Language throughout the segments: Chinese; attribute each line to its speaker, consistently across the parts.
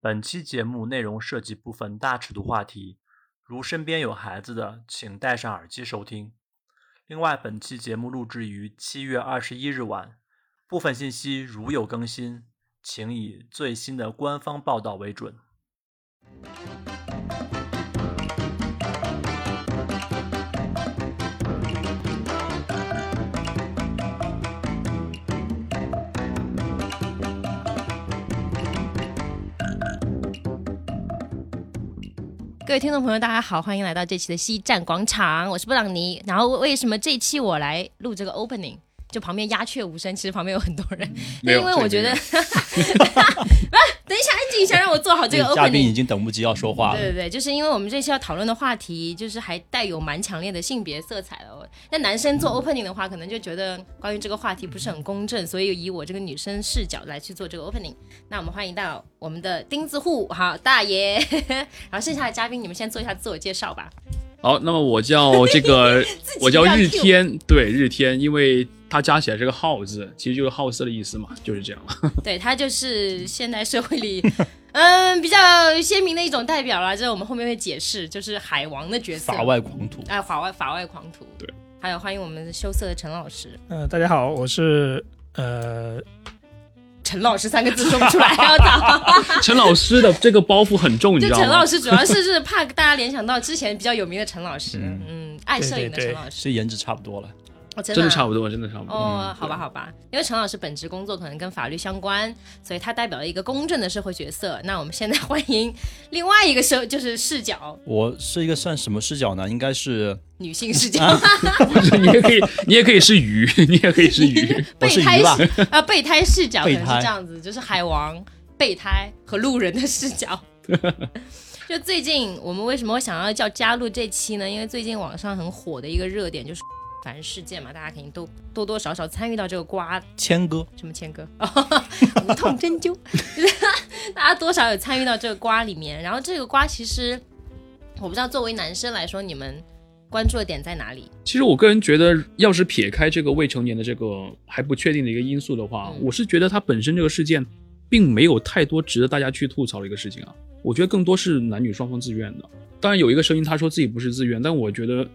Speaker 1: 本期节目内容涉及部分大尺度话题，如身边有孩子的，请戴上耳机收听。另外，本期节目录制于七月二十一日晚，部分信息如有更新，请以最新的官方报道为准。
Speaker 2: 各位听众朋友，大家好，欢迎来到这期的西站广场，我是布朗尼。然后为什么这一期我来录这个 opening？就旁边鸦雀无声，其实旁边有很多人，
Speaker 3: 嗯没有
Speaker 2: 因为我觉得， 啊，等一下，安静一下，让我做好这个
Speaker 3: 嘉宾已
Speaker 2: opening。
Speaker 3: 经等不及要说话
Speaker 2: 对
Speaker 3: 了。
Speaker 2: 对对，就是因为我们这期要讨论的话题，就是还带有蛮强烈的性别色彩的、哦。那男生
Speaker 3: 嗯
Speaker 2: 做 opening 的话，可能就觉得关于这个话题不是很公正，所以以我这个女生视角来去做这个 opening。那我们欢迎到我们的钉子户好大爷， 然后剩下的嘉宾，你们先做一下自我介绍吧。
Speaker 4: 好，那么我叫这个
Speaker 2: 自，己
Speaker 4: 我叫
Speaker 2: 要
Speaker 4: 日
Speaker 2: cue
Speaker 4: 天，对日天，因为它加起来是个“好”字，其实就是好色的意思嘛，就 是这样。
Speaker 2: 对他就是现代社会 里，嗯，比较鲜明的一种代表啦。这我们后面会解释，就是海王的角色，
Speaker 3: 法外狂 徒，
Speaker 2: 哎，法外法外狂徒。
Speaker 4: 对，
Speaker 2: 还有欢迎我们羞涩的陈老师，
Speaker 5: 呃，大家好，我是呃，
Speaker 2: 陈老师三个字说不出来，我操！
Speaker 4: 陈老师的这个包袱很重，你
Speaker 2: 就
Speaker 4: 知道啊
Speaker 2: 陈老
Speaker 4: 吗？
Speaker 2: 师主要是是怕大家联想到之前比较有名的陈老师，嗯，爱摄影的
Speaker 5: 对
Speaker 2: 陈
Speaker 5: 对
Speaker 2: 老师，
Speaker 3: 这颜值差不多了。
Speaker 2: 哦，真
Speaker 4: 真的
Speaker 2: 的
Speaker 4: 差不多，真的差不多。
Speaker 2: 哦，好吧，好吧，因为陈老师本职工作可能跟法律相关，所以他代表了一个公正的社会角色。那我们现在欢迎另外一个社，就是视角，
Speaker 3: 我是一个算什么视角呢？应该是
Speaker 2: 女性视角。
Speaker 4: 不是，你也可以，你也可以是鱼， 你也可以是鱼。
Speaker 3: 我
Speaker 2: 备
Speaker 3: 是
Speaker 2: 胎
Speaker 3: 鱼吧
Speaker 2: 视啊，备胎视角可
Speaker 3: 备
Speaker 2: 能是
Speaker 3: 胎
Speaker 2: 这样子，就是海王、备胎和路人的视 角。就最近我们为什么会想要叫加入这期呢？因为最近网上很火的一个热点就是 凡事件嘛，大家肯定都多多少少参与到这个瓜
Speaker 3: 谦哥，
Speaker 2: 什么谦哥， 无痛针灸， 大家多少有参与到这个瓜里面。然后这个瓜其实我不知道，作为男生来说，你们关注的点在哪里？
Speaker 4: 其实我个人觉得，要是撇开这个未成年的这个还不确定的一个因素的话，
Speaker 2: 嗯
Speaker 4: 我是觉得它本身这个事件，并没有太多值得大家去吐槽的一个事情啊。我觉得更多是男女双方自愿的。当然有一个声音他说自己不是自愿，但我觉得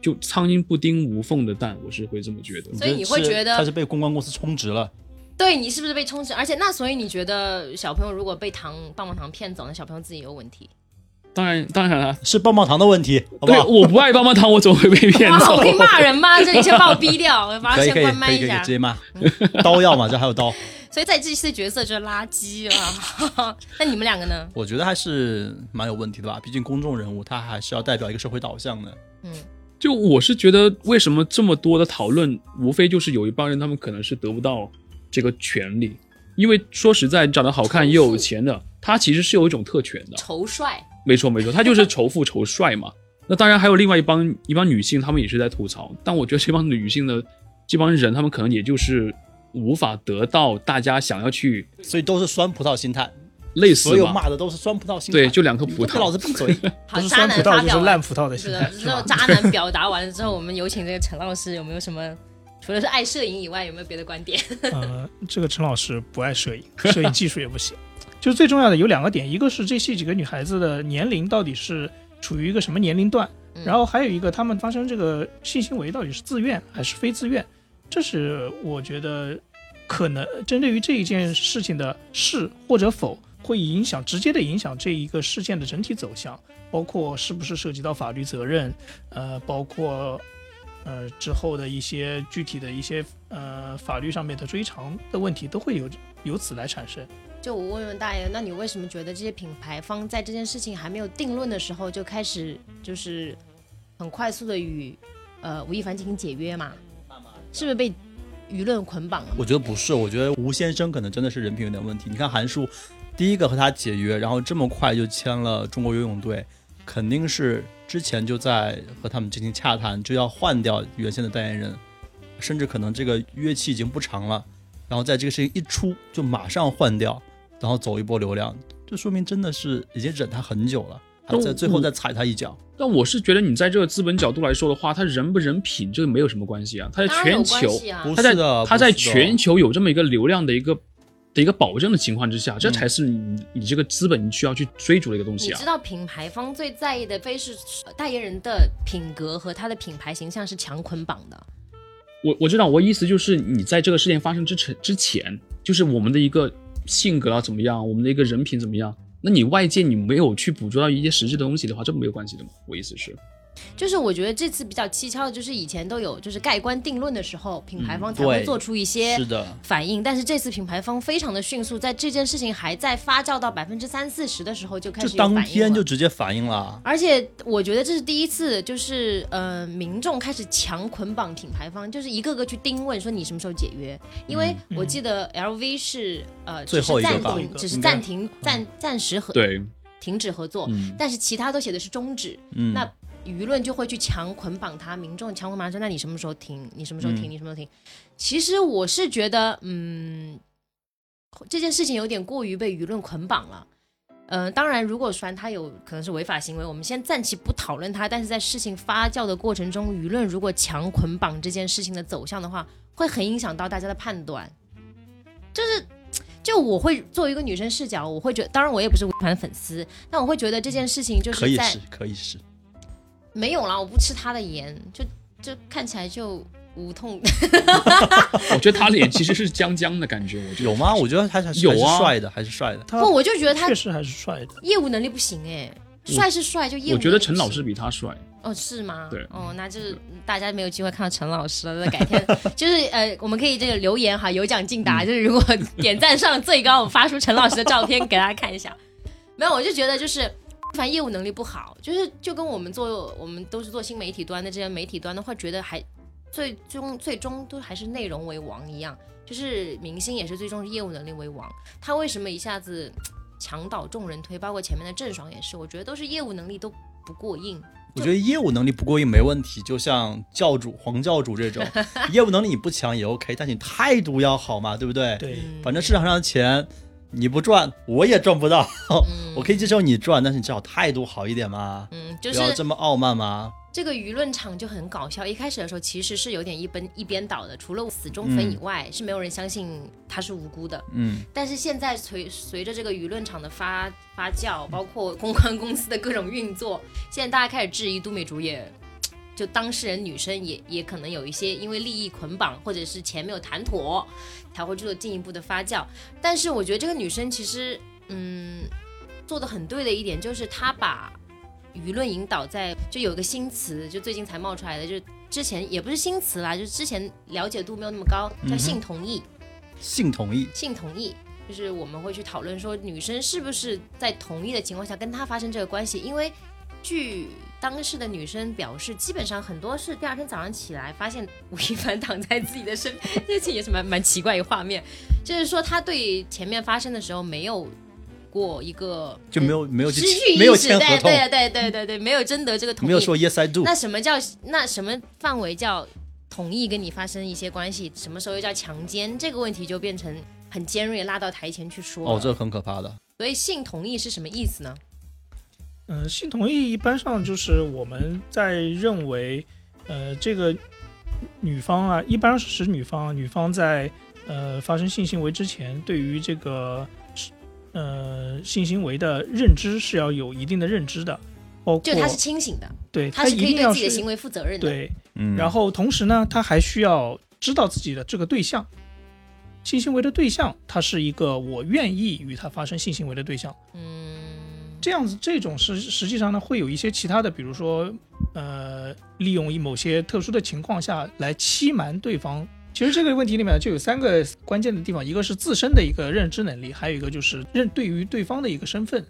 Speaker 4: 就苍蝇不叮无缝的蛋，我是会这么觉得。
Speaker 2: 所以你会
Speaker 3: 是
Speaker 2: 觉得
Speaker 3: 他是被公关公司充值了？
Speaker 2: 对你是不是被充值？而且那所以你觉得小朋友如果被糖棒棒糖骗走，那小朋友自己有问题？
Speaker 4: 当然，当然了，
Speaker 3: 是棒棒糖的问题，好不
Speaker 4: 对，
Speaker 3: 好？
Speaker 4: 我不爱棒棒糖，我怎么会被骗
Speaker 2: 哇，
Speaker 4: 走
Speaker 2: 我？可以骂人 吗？这里先把我逼掉， 我把
Speaker 3: 可以
Speaker 2: 先
Speaker 3: 可以
Speaker 2: 关麦
Speaker 3: 可以可
Speaker 2: 一
Speaker 3: 以可以
Speaker 2: 下嗯
Speaker 3: 直。接骂， 刀要嘛，这还有刀。
Speaker 2: 所以在这期的角色就是垃圾啊。 那你们两个呢？
Speaker 3: 我觉得还是蛮有问题的吧，毕竟公众人物他还是要代表一个社会导向的。
Speaker 2: 嗯，
Speaker 4: 就我是觉得，为什么这么多的讨论，无非就是有一帮人他们可能是得不到这个权利，因为说实在，你长得好看又有钱的，他其实是有一种特权的。
Speaker 2: 仇帅，
Speaker 4: 没错没错，他就是仇富仇帅嘛。那当然还有另外一帮一帮女性，她们也是在吐槽，但我觉得这帮女性的这帮人，她们可能也就是无法得到大家想要去
Speaker 3: 所以都是酸葡萄心态，
Speaker 4: 类似
Speaker 3: 所有
Speaker 4: 嘛。
Speaker 3: 骂的都是酸葡萄心态。
Speaker 4: 对，就两颗葡
Speaker 3: 你给老
Speaker 4: 萄。
Speaker 3: 子闭嘴！
Speaker 2: 好
Speaker 5: 不是
Speaker 2: 渣
Speaker 5: 酸葡
Speaker 2: 男
Speaker 5: 萄
Speaker 2: 发
Speaker 5: 就
Speaker 2: 表
Speaker 5: 是
Speaker 2: 完
Speaker 5: 烂葡萄的
Speaker 2: 是
Speaker 5: 心
Speaker 2: 的，
Speaker 5: 态，
Speaker 2: 之
Speaker 5: 是
Speaker 2: 后
Speaker 5: 吧？
Speaker 2: 渣男表达完了之后，我们有请这个陈老师有没有什么？除了是爱摄影以外，有没有别的观点？
Speaker 5: 呃，这个陈老师不爱摄影，摄影技术也不行。就是最重要的有两个点，一个是这些几个女孩子的年龄到底是处于一个什么年龄段，
Speaker 2: 嗯
Speaker 5: 然后还有一个她们发生这个性行为到底是自愿还是非自愿，这是我觉得可能针对于这一件事情的是或者否，会影响直接的影响这一个事件的整体走向，包括是不是涉及到法律责任，呃，包括呃之后的一些具体的一些呃法律上面的追偿的问题，都会有由此来产生。
Speaker 2: 就我问问大爷，那你为什么觉得这些品牌方在这件事情还没有定论的时候就开始就是很快速的与呃吴亦凡进行解约嘛？是不是被舆论捆绑了？
Speaker 3: 我觉得不是，我觉得吴先生可能真的是人品有点问题。你看韩束，第一个和他解约，然后这么快就签了中国游泳队，肯定是之前就在和他们进行洽谈，就要换掉原先的代言人，甚至可能这个约期已经不长了，然后在这个事情一出就马上换掉，然后走一波流量，这说明真的是已经忍他很久了，还在最后再踩他一脚。
Speaker 4: 但我是觉得你在这个资本角度来说的话，他人不人品这个没有什么关系啊，他在
Speaker 2: 当然有
Speaker 4: 全
Speaker 2: 关
Speaker 4: 球。
Speaker 2: 系啊
Speaker 3: 不
Speaker 4: 他在
Speaker 3: 是的，
Speaker 4: 他在
Speaker 3: 不是的
Speaker 4: 全球有这么一个流量的一个的一个保证的情况之下，这
Speaker 3: 嗯
Speaker 4: 才是你你这个资本你需要去追逐的一个东
Speaker 2: 你
Speaker 4: 西啊
Speaker 2: 知。道品牌方最在意的非是代言人的品格和他的品牌形象是强捆绑的，
Speaker 4: 我我知道，我意思就是你在这个事件发生之前之前，就是我们的一个性格啊怎么样，我们的一个人品怎么样，那你外界你没有去捕捉到一些实质的东西的话，这没有关系的嘛。我意思是，
Speaker 2: 就是我觉得这次比较蹊跷的，就是以前都有就是盖棺定论的时候，品牌方才会
Speaker 3: 对
Speaker 2: 做出一些
Speaker 3: 是的，
Speaker 2: 反应，但是这次品牌方非常的迅速，在这件事情还在发酵到百分之三四十的时候就开
Speaker 3: 就
Speaker 2: 始有
Speaker 3: 当
Speaker 2: 反应
Speaker 3: 天
Speaker 2: 了
Speaker 3: 就直接反应了。
Speaker 2: 而且我觉得这是第一次，就是呃，民众开始强捆绑品牌方，就是一个个去盯问说你什么时候解约。因为我记得 LV 是呃，
Speaker 3: 嗯最后一
Speaker 2: 只
Speaker 3: 个
Speaker 2: 是
Speaker 3: 嗯吧
Speaker 2: 暂停，只是
Speaker 3: 应该
Speaker 2: 暂停暂暂时合
Speaker 4: 对，
Speaker 2: 停止合作，
Speaker 4: 嗯
Speaker 2: 但是其他都写的是终止。
Speaker 3: 嗯，
Speaker 2: 那舆论就会去强捆绑他，民众强捆绑他说，那你什么时候停？你什么时候停？
Speaker 3: 嗯
Speaker 2: 你什么时候停？其实我是觉得，嗯，这件事情有点过于被舆论捆绑了。呃，当然，如果凡他有可能是违法行为，我们先暂且不讨论他。但是在事情发酵的过程中，舆论如果强捆绑这件事情的走向的话，会很影响到大家的判断。就是，就我会作为一个女生视角，我会觉得，当然我也不是吴亦凡粉丝，但我会觉得这件事情就
Speaker 3: 可
Speaker 2: 是
Speaker 3: 以
Speaker 2: 在
Speaker 3: 是，可以是。
Speaker 2: 没有啦，我不吃他的盐，就就看起来就无痛。
Speaker 4: 我觉得他脸其实是僵僵的感觉，我觉得
Speaker 3: 有吗？我觉得他还是
Speaker 4: 有啊
Speaker 3: 还是帅的，还是帅的。
Speaker 5: 他
Speaker 2: 不，我就觉得他
Speaker 5: 确实还是帅的。
Speaker 2: 业务能力不行哎、帅是帅，就业务能力不行。
Speaker 4: 我觉得陈老师比他帅，
Speaker 2: 哦是吗？
Speaker 4: 对
Speaker 2: 哦，那就是大家没有机会看到陈老师了，那改天就是呃，我们可以这个留言哈，有奖竞答，就是如果点赞上最高，我发出陈老师的照片给大家看一下。 没有，我就觉得就是。反正业务能力不好，就是就跟我们做，我们都是做新媒体端的这些媒体端的话，觉得还最终最终都还是内容为王一样，就是明星也是最终是业务能力为王。他为什么一下子墙倒众人推？包括前面的郑爽也是，我觉得都是业务能力都不过硬。
Speaker 3: 我觉得业务能力不过硬没问题，就像教主、黄教主这 种，业务能力你不强也 OK，但你态度要好嘛，对不对？
Speaker 5: 对，
Speaker 2: 嗯
Speaker 3: 反正市场上的钱你不赚，我也赚不到。
Speaker 2: 嗯
Speaker 3: 我可以接受你赚，但是你至少态度好一点嘛，
Speaker 2: 嗯，就
Speaker 3: 不要
Speaker 2: 是
Speaker 3: 这么傲慢嘛。
Speaker 2: 这个舆论场就很搞笑。一开始的时候其实是有点一边一边倒的，除了死忠粉以外，是没有人相信他是无辜的。
Speaker 3: 嗯，
Speaker 2: 但是现在随随着这个舆论场的发发酵，包括公关公司的各种运作，现在大家开始质疑都美竹也，就当事人女生也也可能有一些因为利益捆绑，或者是钱没有谈妥，才会去做进一步的发酵。但是我觉得这个女生其实，嗯，做的很对的一点就是她把舆论引导在，就有一个新词，就最近才冒出来的，就是之前也不是新词啦，就是之前了解度没有那么高，叫性同意。
Speaker 3: 性同意，
Speaker 2: 性同意，就是我们会去讨论说女生是不是在同意的情况下跟他发生这个关系，因为据当事的女生表示，基本上很多是第二天早上起来发现吴亦凡躺在自己的身，这其实也是蛮蛮奇怪一个画面，就是说他对前面发生的时候没有过一个
Speaker 3: 就没有没有去
Speaker 2: 嗯失去意识，
Speaker 3: 没有签合同，
Speaker 2: 对对对对对对，没有征得这个同意，
Speaker 3: 没有说 yes I do，
Speaker 2: 那什么叫那什么范围叫同意跟你发生一些关系？什么时候又叫强奸？这个问题就变成很尖锐，拉到台前去说了。
Speaker 3: 哦，这很可怕的。
Speaker 2: 所以性同意是什么意思呢？
Speaker 5: 嗯、性同意一般上就是我们在认为，呃，这个女方啊，一般是指女方啊，女方在呃发生性行为之前，对于这个呃性行为的认知是要有一定的认知的，包括
Speaker 2: 就他是清醒的，
Speaker 5: 对
Speaker 2: 他是
Speaker 5: 一
Speaker 2: 可以
Speaker 5: 定
Speaker 2: 对
Speaker 5: 要
Speaker 2: 自
Speaker 5: 是
Speaker 2: 己的行为负责任的。，
Speaker 5: 对
Speaker 3: 嗯，
Speaker 5: 然后同时呢，他还需要知道自己的这个对象，性行为的对象，他是一个我愿意与他发生性行为的对象。
Speaker 2: 嗯，
Speaker 5: 这样子，这种是实际上呢，会有一些其他的，比如说，呃，利用某些特殊的情况下来欺瞒对方。其实这个问题里面就有三个关键的地方，一个是自身的一个认知能力，还有一个就是认对于对方的一个身份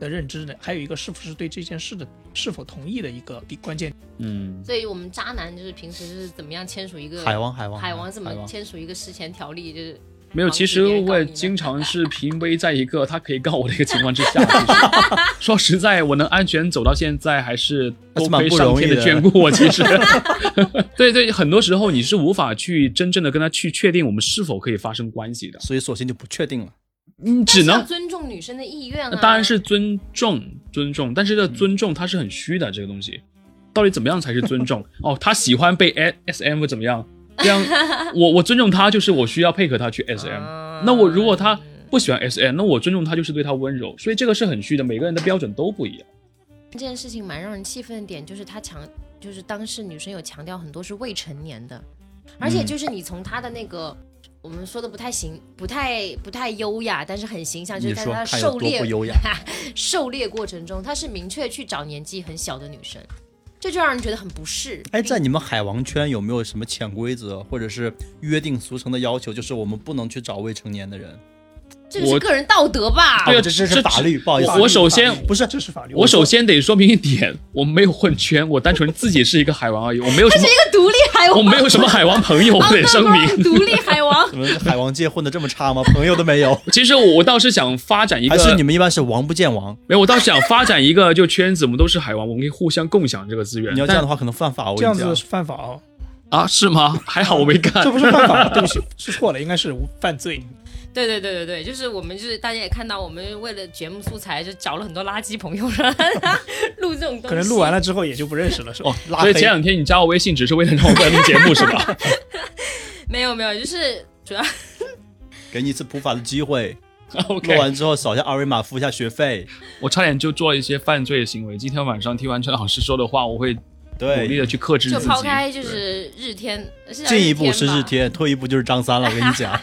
Speaker 5: 的认知能，还有一个是不是对这件事的是否同意的一个关键。
Speaker 4: 嗯，
Speaker 2: 所以我们渣男就是平时是怎么样签署一个
Speaker 3: 海王海王
Speaker 2: 海王怎
Speaker 3: 海
Speaker 2: 么
Speaker 3: 王
Speaker 2: 签署一个事前条例，就是
Speaker 4: 没有。
Speaker 2: 防止
Speaker 4: 其实
Speaker 2: 别人告
Speaker 4: 我也
Speaker 2: 你呢
Speaker 4: 经常是濒危在一个他可以告我的一个情况之下。其实 说实在，我能安全走到现在，还是
Speaker 3: 还
Speaker 4: 多
Speaker 3: 是蛮
Speaker 4: 亏
Speaker 3: 不
Speaker 4: 上
Speaker 3: 容
Speaker 4: 天
Speaker 3: 易
Speaker 4: 的
Speaker 3: 的
Speaker 4: 眷顾我。 其实， 对对，很多时候你是无法去真正的跟他去确定我们是否可以发生关系的，
Speaker 3: 所以索性就不确定了。
Speaker 4: 你
Speaker 2: 嗯但是
Speaker 4: 只能
Speaker 2: 要尊重女生的意愿啊。
Speaker 4: 当然是尊重，尊重，但是这个尊重它是很虚的，这个东西，到底怎么样才是尊重？哦，他喜 欢被 S S M 会怎么样？这样，我我尊重他，就是我需要配合他去 S M，、
Speaker 2: 啊
Speaker 4: 那我如果他不喜欢 S N，那我尊重他就是对他温柔，所以这个是很虚的，每个人的标准都不一样。
Speaker 2: 这件事情蛮让人气愤的点就是他强，就是当事女生有强调很多是未成年的，而
Speaker 3: 嗯
Speaker 2: 且就是你从她的那个。我们说的不太行，不太不太优雅，但是很形象，就
Speaker 3: 你
Speaker 2: 是在
Speaker 3: 说
Speaker 2: 她
Speaker 3: 看
Speaker 2: 狩
Speaker 3: 有多
Speaker 2: 猎
Speaker 3: 不优雅？
Speaker 2: 狩猎过程中，她是明确去找年纪很小的女生，这就让人觉得很不适。
Speaker 3: 哎，在你们海王圈有没有什么潜规则，或者是约定俗成的要求？就是我们不能去找未成年的人。
Speaker 2: 这个是
Speaker 4: 我
Speaker 2: 个人道德吧？
Speaker 4: 对啊
Speaker 3: 哦这是
Speaker 4: 这
Speaker 3: 法律，不好意思
Speaker 4: 我，我首先
Speaker 5: 法律
Speaker 3: 不是
Speaker 5: 这是法律。
Speaker 4: 我
Speaker 5: 说
Speaker 4: 首先得说明一点，我没有混圈，我单纯自己是一个海王而已，我没有什么，
Speaker 2: 这个独立海王，哦
Speaker 4: 我没有什么海 王朋友，我得声
Speaker 2: Underground
Speaker 4: 明。
Speaker 2: 独立海王
Speaker 3: 怎么海王界混的这么差吗？ 朋友都没有，
Speaker 4: 其实我我倒是想发展一个，
Speaker 3: 还是你们一般是王不见王？
Speaker 4: 没有，我倒是想发展一个，就圈子我们都是海王，我们可以互相共享这个资源。
Speaker 3: 你要这
Speaker 4: 但
Speaker 3: 样的话，可能犯法。我
Speaker 5: 这
Speaker 3: 跟
Speaker 5: 样
Speaker 3: 你
Speaker 5: 子
Speaker 3: 讲，
Speaker 5: 是犯法哦，
Speaker 4: 啊？是吗？还好我没干
Speaker 5: 这。不是犯 法，对不起，是错了，应该是犯罪。
Speaker 2: 对对对对对，就是我们就是大家也看到，我们为了节目素材就找了很多垃圾朋友让他 录这种东西，
Speaker 5: 可能录完了之后也就不认识了，是吧？
Speaker 3: 哦拉
Speaker 4: 所以
Speaker 3: 黑
Speaker 4: 前两天你加我微信，只是为了让我过来录节目是吧？
Speaker 2: 没有没有，就是主要
Speaker 3: 给你一次普法的机会，录
Speaker 4: OK，
Speaker 3: 完之后扫一下二维码，付一下学费。
Speaker 4: 我差点就做一些犯罪的行为。今天晚上听完陈老师说的话，我会努力
Speaker 3: 对，
Speaker 4: 的去克制
Speaker 2: 就
Speaker 4: 自己。
Speaker 2: 抛开就是日天，呃是叫
Speaker 3: 进一步
Speaker 2: 吧
Speaker 3: 是日天，退一步就是张三了。我跟你讲，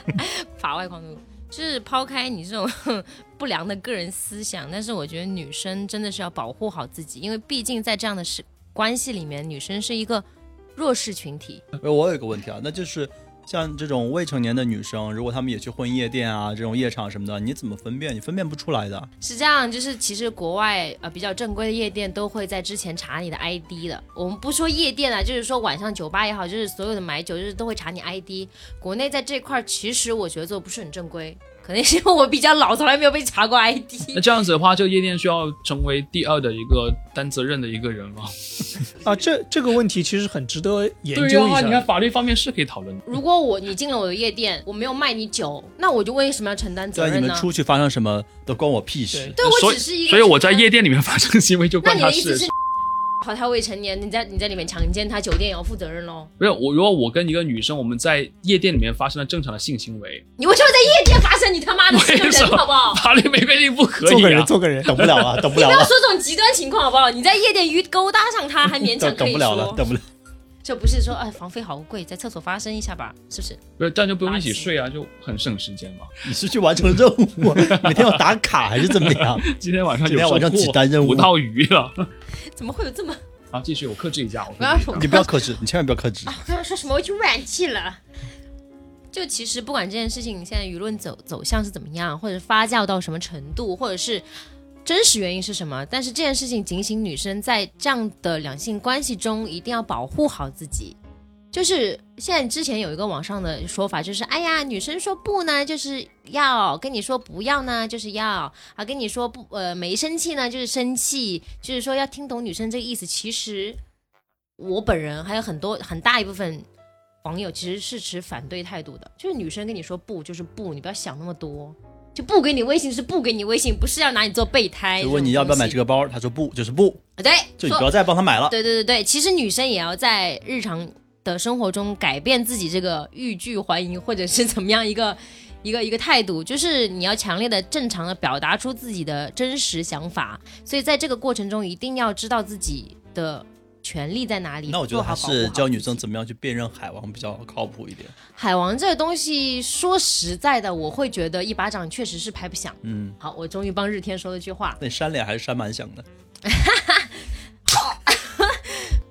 Speaker 2: 法外狂徒，就是抛开你这种 不良的个人思想，但是我觉得女生真的是要保护好自己，因为毕竟在这样的是关系里面，女生是一个弱势群体。
Speaker 3: 哎我有一个问题啊，那就是像这种未成年的女生，如果她们也去混夜店啊，这种夜场什么的，你怎么分辨？你分辨不出来的。
Speaker 2: 是这样，就是其实国外呃比较正规的夜店都会在之前查你的 ID 的。我们不说夜店啊，就是说晚上酒吧也好，就是所有的买酒就是都会查你 ID。国内在这块儿其实我觉得做得不是很正规，可能是因为我比较老，从来没有被查过 ID。
Speaker 4: 那这样子的话，这个夜店需要成为第二的一个担责任的一个人吗？
Speaker 5: 啊，这这个问题其实很值得研
Speaker 4: 对
Speaker 5: 究一
Speaker 4: 啊，你看
Speaker 5: 下。
Speaker 4: 法律方面是可以讨论的。
Speaker 2: 如果我你进了我的夜店，我没有卖你酒，那我就为什么要承担责
Speaker 3: 对啊，你
Speaker 2: 任
Speaker 3: 们
Speaker 2: 呢？
Speaker 3: 出去发生什么都关我屁事
Speaker 5: 对。
Speaker 2: 对我
Speaker 4: 所
Speaker 2: 只是
Speaker 4: 以，
Speaker 2: 一个，
Speaker 4: 所以我在夜。店里面发生行为就
Speaker 2: 那
Speaker 4: 关
Speaker 2: 你
Speaker 4: 他
Speaker 2: 的意
Speaker 4: 事
Speaker 2: 思。是，好，他未成年，你在你在里面强奸他，酒店也要负责任喽？
Speaker 4: 没有我，如果我跟一个女生我们在夜店里面发生了正常的性行 为，
Speaker 2: 你为什么在夜店发生你他妈的这个
Speaker 4: 为什
Speaker 2: 人
Speaker 4: 么
Speaker 2: 好不好？
Speaker 4: 法律没规定不可
Speaker 5: 做个
Speaker 4: 以
Speaker 5: 人，
Speaker 4: 啊。
Speaker 5: 做个人，
Speaker 3: 等不了 了，等不
Speaker 2: 你
Speaker 3: 了啊
Speaker 2: 不要
Speaker 3: 了，
Speaker 2: 说这种极端情况好不好？你在夜店与勾搭上他，还勉强
Speaker 3: 等
Speaker 2: 可
Speaker 3: 等
Speaker 2: 以
Speaker 3: 不了了，啊
Speaker 2: 说，
Speaker 3: 等不了。
Speaker 2: 这不是说哎房费好贵，在厕所发生一下吧，是不是？
Speaker 4: 不是，这样就不用一起睡啊，就很省时间嘛。
Speaker 3: 你是去完成任务， 每天要打卡还是怎 么样？
Speaker 4: 今天晚上
Speaker 3: 今
Speaker 4: 有
Speaker 3: 天晚上
Speaker 4: 收获
Speaker 3: 几单任务
Speaker 4: 捕到鱼了。
Speaker 2: 怎么会有这么？
Speaker 4: 好，继续，我克制一下，我
Speaker 2: 不要
Speaker 4: 克制一
Speaker 2: 说
Speaker 4: 下。
Speaker 3: 你不要克制，你千万不要克制。
Speaker 2: 啊，刚刚说什么？我去软气了。就其实不管这件事情现在舆论走走向是怎么样，或者发酵到什么程度，或者是真实原因是什么，但是这件事情警醒女生在这样的两性关系中一定要保护好自己。就是现在之前有一个网上的说法，就是哎呀，女生说不呢就是要，跟你说不要呢就是要啊，跟你说不呃没生气呢就是生气，就是说要听懂女生这个意思。其实我本人还有很多很大一部分网友其实是持反对态度的，就是女生跟你说不就是不，你不要想那么多，就不给你微信是不给你微信，不是要拿你做备胎。
Speaker 3: 就问你要不要买这
Speaker 2: 个？
Speaker 3: 个包，他说不，就是不，就
Speaker 2: 呃对，
Speaker 3: 你
Speaker 2: 说
Speaker 3: 不要再帮他买了。
Speaker 2: 对对对对，其实女生也要在日常的生活中改变自己这个欲拒还迎或者是怎么样一个一个一个态度，就是你要强烈的、正常的表达出自己的真实想法。所以在这个过程中，一定要知道自己的权利在哪里。
Speaker 3: 那我觉得
Speaker 2: 做好
Speaker 3: 还
Speaker 2: 保护
Speaker 3: 是
Speaker 2: 好
Speaker 3: 教
Speaker 2: 自
Speaker 3: 女
Speaker 2: 己
Speaker 3: 生怎么样去辨认海王比较靠谱一点。
Speaker 2: 海王这个东西，说实在的，我会觉得一巴掌确实是拍不响。
Speaker 3: 嗯，
Speaker 2: 好，我终于帮日天说了句话。
Speaker 3: 那你扇脸还是扇蛮响的。